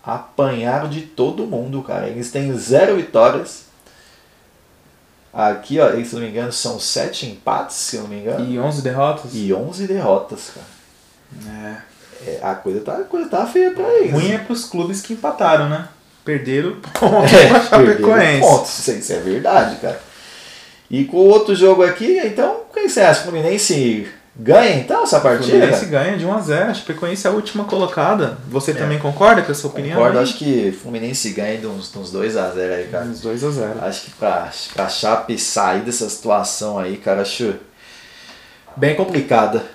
[SPEAKER 1] Apanharam de todo mundo, cara. Eles têm zero vitórias. Aqui, ó, eles, se não me engano, são sete empates, se eu não me engano.
[SPEAKER 2] E 11 derrotas?
[SPEAKER 1] E 11 derrotas, cara. É, a, coisa tá, a coisa tá feia pra
[SPEAKER 2] É.
[SPEAKER 1] eles.
[SPEAKER 2] Ruim é pros clubes que empataram, né? Perderam pontos pra
[SPEAKER 1] É, perderam
[SPEAKER 2] Chapecoense.
[SPEAKER 1] pontos. Isso isso é verdade, cara. E com o outro jogo aqui, então, quem você acha? O Fluminense ganha, então, essa
[SPEAKER 2] O
[SPEAKER 1] partida? É.
[SPEAKER 2] Fluminense ganha de 1 a 0 A Chapecoense é a última colocada. Você também concorda com essa opinião?
[SPEAKER 1] Concordo,
[SPEAKER 2] aí?
[SPEAKER 1] acho que Fluminense ganha de uns, de uns 2x0 aí, cara.
[SPEAKER 2] Uns 2 a 0
[SPEAKER 1] Acho que pra, pra Chape sair dessa situação aí, cara, acho bem complicada.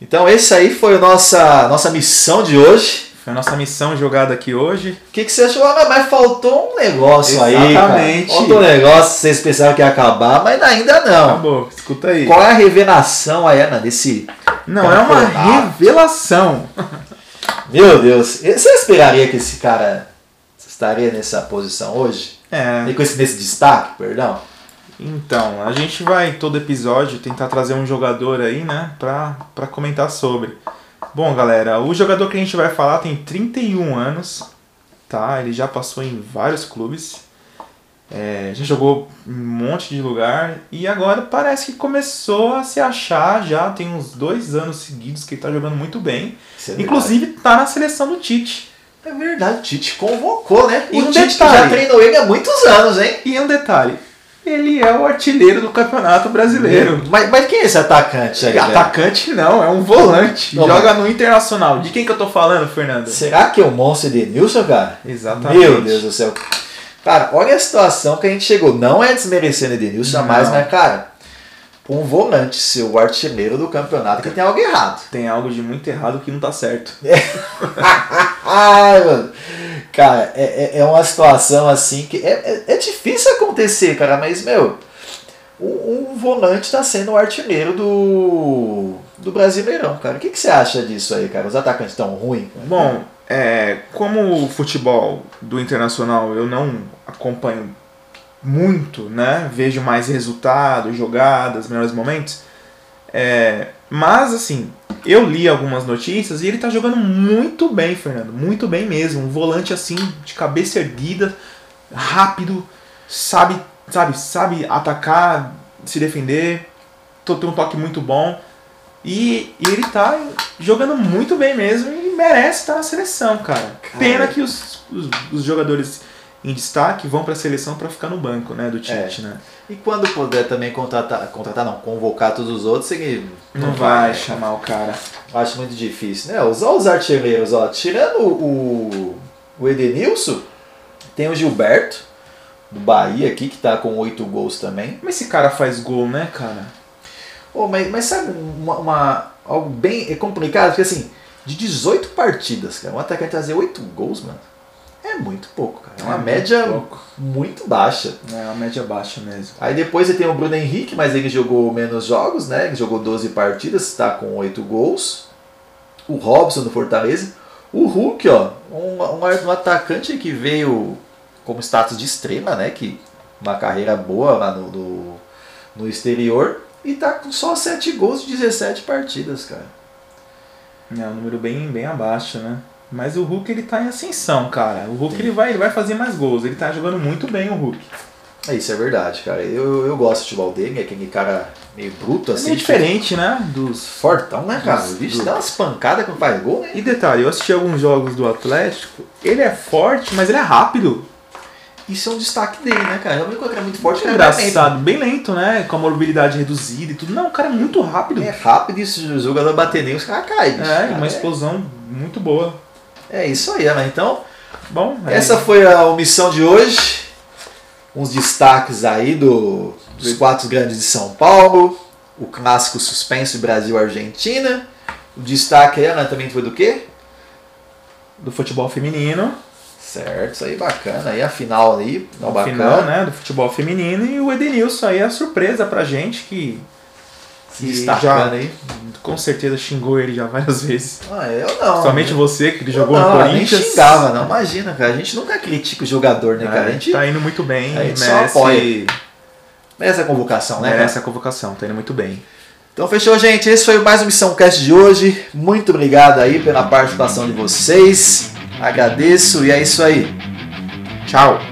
[SPEAKER 1] Então esse aí foi a nossa, nossa missão de hoje.
[SPEAKER 2] Foi a nossa missão jogada aqui hoje.
[SPEAKER 1] O que, que você achou? Ah, mas faltou um negócio aí, cara.
[SPEAKER 2] Exatamente.
[SPEAKER 1] Faltou um negócio, vocês pensaram que ia acabar, mas ainda não.
[SPEAKER 2] Acabou, Tá escuta aí.
[SPEAKER 1] Qual é a revelação aí, Ana, desse...
[SPEAKER 2] Não, é uma
[SPEAKER 1] Ah. Campeonato.
[SPEAKER 2] revelação.
[SPEAKER 1] Meu Deus, você esperaria que esse cara estaria nessa posição hoje?
[SPEAKER 2] É.
[SPEAKER 1] E com esse, nesse destaque, perdão?
[SPEAKER 2] Então, a gente vai todo episódio tentar trazer um jogador aí, né, pra, pra comentar sobre. Bom, galera, o jogador que a gente vai falar tem 31 anos, tá? Ele já passou em vários clubes, é, já jogou em um monte de lugar e agora parece que começou a se achar já, tem uns dois anos seguidos que ele tá jogando muito bem.
[SPEAKER 1] Isso é verdade.
[SPEAKER 2] Inclusive, tá na seleção do Tite.
[SPEAKER 1] É verdade, o Tite convocou, né? E
[SPEAKER 2] E
[SPEAKER 1] o
[SPEAKER 2] um
[SPEAKER 1] Tite que já
[SPEAKER 2] detalhe.
[SPEAKER 1] treinou ele há muitos anos, hein?
[SPEAKER 2] E um detalhe, ele é o artilheiro do Campeonato Brasileiro.
[SPEAKER 1] Mas, mas quem é esse atacante aí? velho?
[SPEAKER 2] Atacante não, é um volante.
[SPEAKER 1] Não,
[SPEAKER 2] Joga no Internacional. De quem que eu tô falando, Fernando?
[SPEAKER 1] Será que é o Monstro de Nilson, cara?
[SPEAKER 2] Exatamente.
[SPEAKER 1] Meu Deus do céu. Cara, olha a situação que a gente chegou. Não é desmerecendo Edenilson,
[SPEAKER 2] Não.
[SPEAKER 1] jamais, né, cara? Um volante ser o artilheiro do campeonato que tem algo errado.
[SPEAKER 2] Tem algo de muito errado que não tá certo.
[SPEAKER 1] Ai, mano. Cara, é, é- é uma situação assim que é, é, é difícil acontecer, cara, mas, meu, um, um volante tá sendo o artilheiro do, do Brasileirão, cara. O que, que você acha disso aí, cara? Os atacantes estão ruins?
[SPEAKER 2] Bom, é, como o futebol do Internacional eu não acompanho muito, né? Vejo mais resultados, jogadas, melhores momentos. É, mas assim, eu li algumas notícias e ele tá jogando muito bem, Fernando. Muito bem mesmo. Um volante assim, de cabeça erguida, rápido, sabe, sabe, sabe atacar, se defender, to- tem um toque muito bom. E, e ele tá jogando muito bem mesmo e merece estar na seleção, cara.
[SPEAKER 1] Cara.
[SPEAKER 2] Pena que os, os, os jogadores em destaque vão pra seleção pra ficar no banco, né, do Tite, né?
[SPEAKER 1] E quando puder também contratar, contratar não, convocar todos os outros, ele
[SPEAKER 2] Não vai chamar o cara.
[SPEAKER 1] Eu Acho muito difícil, né? Os, ó, os artilheiros, ó, tirando o, o Edenilson, tem o Gilberto, do Bahia aqui, que tá com oito gols também.
[SPEAKER 2] Como esse cara faz gol, né, cara?
[SPEAKER 1] Ô, mas, mas sabe uma, uma- algo bem é complicado? Porque assim, de 18 partidas, cara, um atacante fazer oito gols, mano, é muito pouco, cara. É uma
[SPEAKER 2] É muito
[SPEAKER 1] média
[SPEAKER 2] pouco.
[SPEAKER 1] muito baixa.
[SPEAKER 2] É, uma média baixa mesmo.
[SPEAKER 1] Aí depois você tem o Bruno Henrique, mas ele jogou menos jogos, né? Ele jogou 12 partidas, está com 8 gols. O Robson do Fortaleza. O Hulk, ó, um, um- um atacante que veio como status de extrema, né? Que uma carreira boa lá no, no, no exterior. E tá com só 7 gols de 17 partidas, cara.
[SPEAKER 2] É um número bem, bem abaixo, né? Mas o Hulk ele tá em ascensão, cara. O Hulk ele vai, ele vai fazer mais gols. Ele tá jogando muito bem o Hulk.
[SPEAKER 1] É isso, é verdade, cara. Eu, eu gosto do futebol dele, é aquele cara meio bruto,
[SPEAKER 2] É
[SPEAKER 1] assim.
[SPEAKER 2] meio diferente, né? Dos.
[SPEAKER 1] Fortão, né, cara? O
[SPEAKER 2] Dos-
[SPEAKER 1] bicho
[SPEAKER 2] do-
[SPEAKER 1] dá umas pancadas quando faz gol, né?
[SPEAKER 2] E detalhe, eu assisti alguns jogos do Atlético. Ele é forte, mas ele é rápido.
[SPEAKER 1] Isso é um destaque dele, né, cara? Eu me encontrei muito forte,
[SPEAKER 2] É
[SPEAKER 1] cara, mas é
[SPEAKER 2] engraçado, bem lento, né? Com a mobilidade reduzida e tudo. Não, o cara é muito rápido.
[SPEAKER 1] lento. É rápido e se o jogador bater nem os caras caem. bicho.
[SPEAKER 2] É, uma
[SPEAKER 1] é,
[SPEAKER 2] explosão muito boa.
[SPEAKER 1] é isso aí, né? Então,
[SPEAKER 2] Bom, é
[SPEAKER 1] essa foi a omissão de hoje. Uns destaques aí do, dos quatro grandes de São Paulo. O clássico suspenso Brasil-Argentina. O destaque aí, Alan, também foi do quê?
[SPEAKER 2] do futebol feminino.
[SPEAKER 1] Certo, isso aí bacana. Aí a final aí, não
[SPEAKER 2] o
[SPEAKER 1] Tá bacana.
[SPEAKER 2] final né, do futebol feminino e o Edenilson aí é a surpresa pra gente que
[SPEAKER 1] Se
[SPEAKER 2] E
[SPEAKER 1] destacando
[SPEAKER 2] já-
[SPEAKER 1] né, aí.
[SPEAKER 2] com certeza xingou ele já várias vezes.
[SPEAKER 1] Ah, eu não.
[SPEAKER 2] Somente você que ele jogou
[SPEAKER 1] não,
[SPEAKER 2] no
[SPEAKER 1] Nem
[SPEAKER 2] Corinthians.
[SPEAKER 1] xingava, não. Imagina, cara. A gente nunca critica o jogador, né,
[SPEAKER 2] É,
[SPEAKER 1] cara? A gente
[SPEAKER 2] tá indo muito bem,
[SPEAKER 1] a gente só apoia,
[SPEAKER 2] merece,
[SPEAKER 1] Merece a convocação, né?
[SPEAKER 2] merece a convocação, tá indo muito bem.
[SPEAKER 1] Então fechou, gente. Esse foi mais um Missão Cast de hoje. Muito obrigado aí pela participação de vocês. Agradeço e é isso aí.
[SPEAKER 2] Tchau!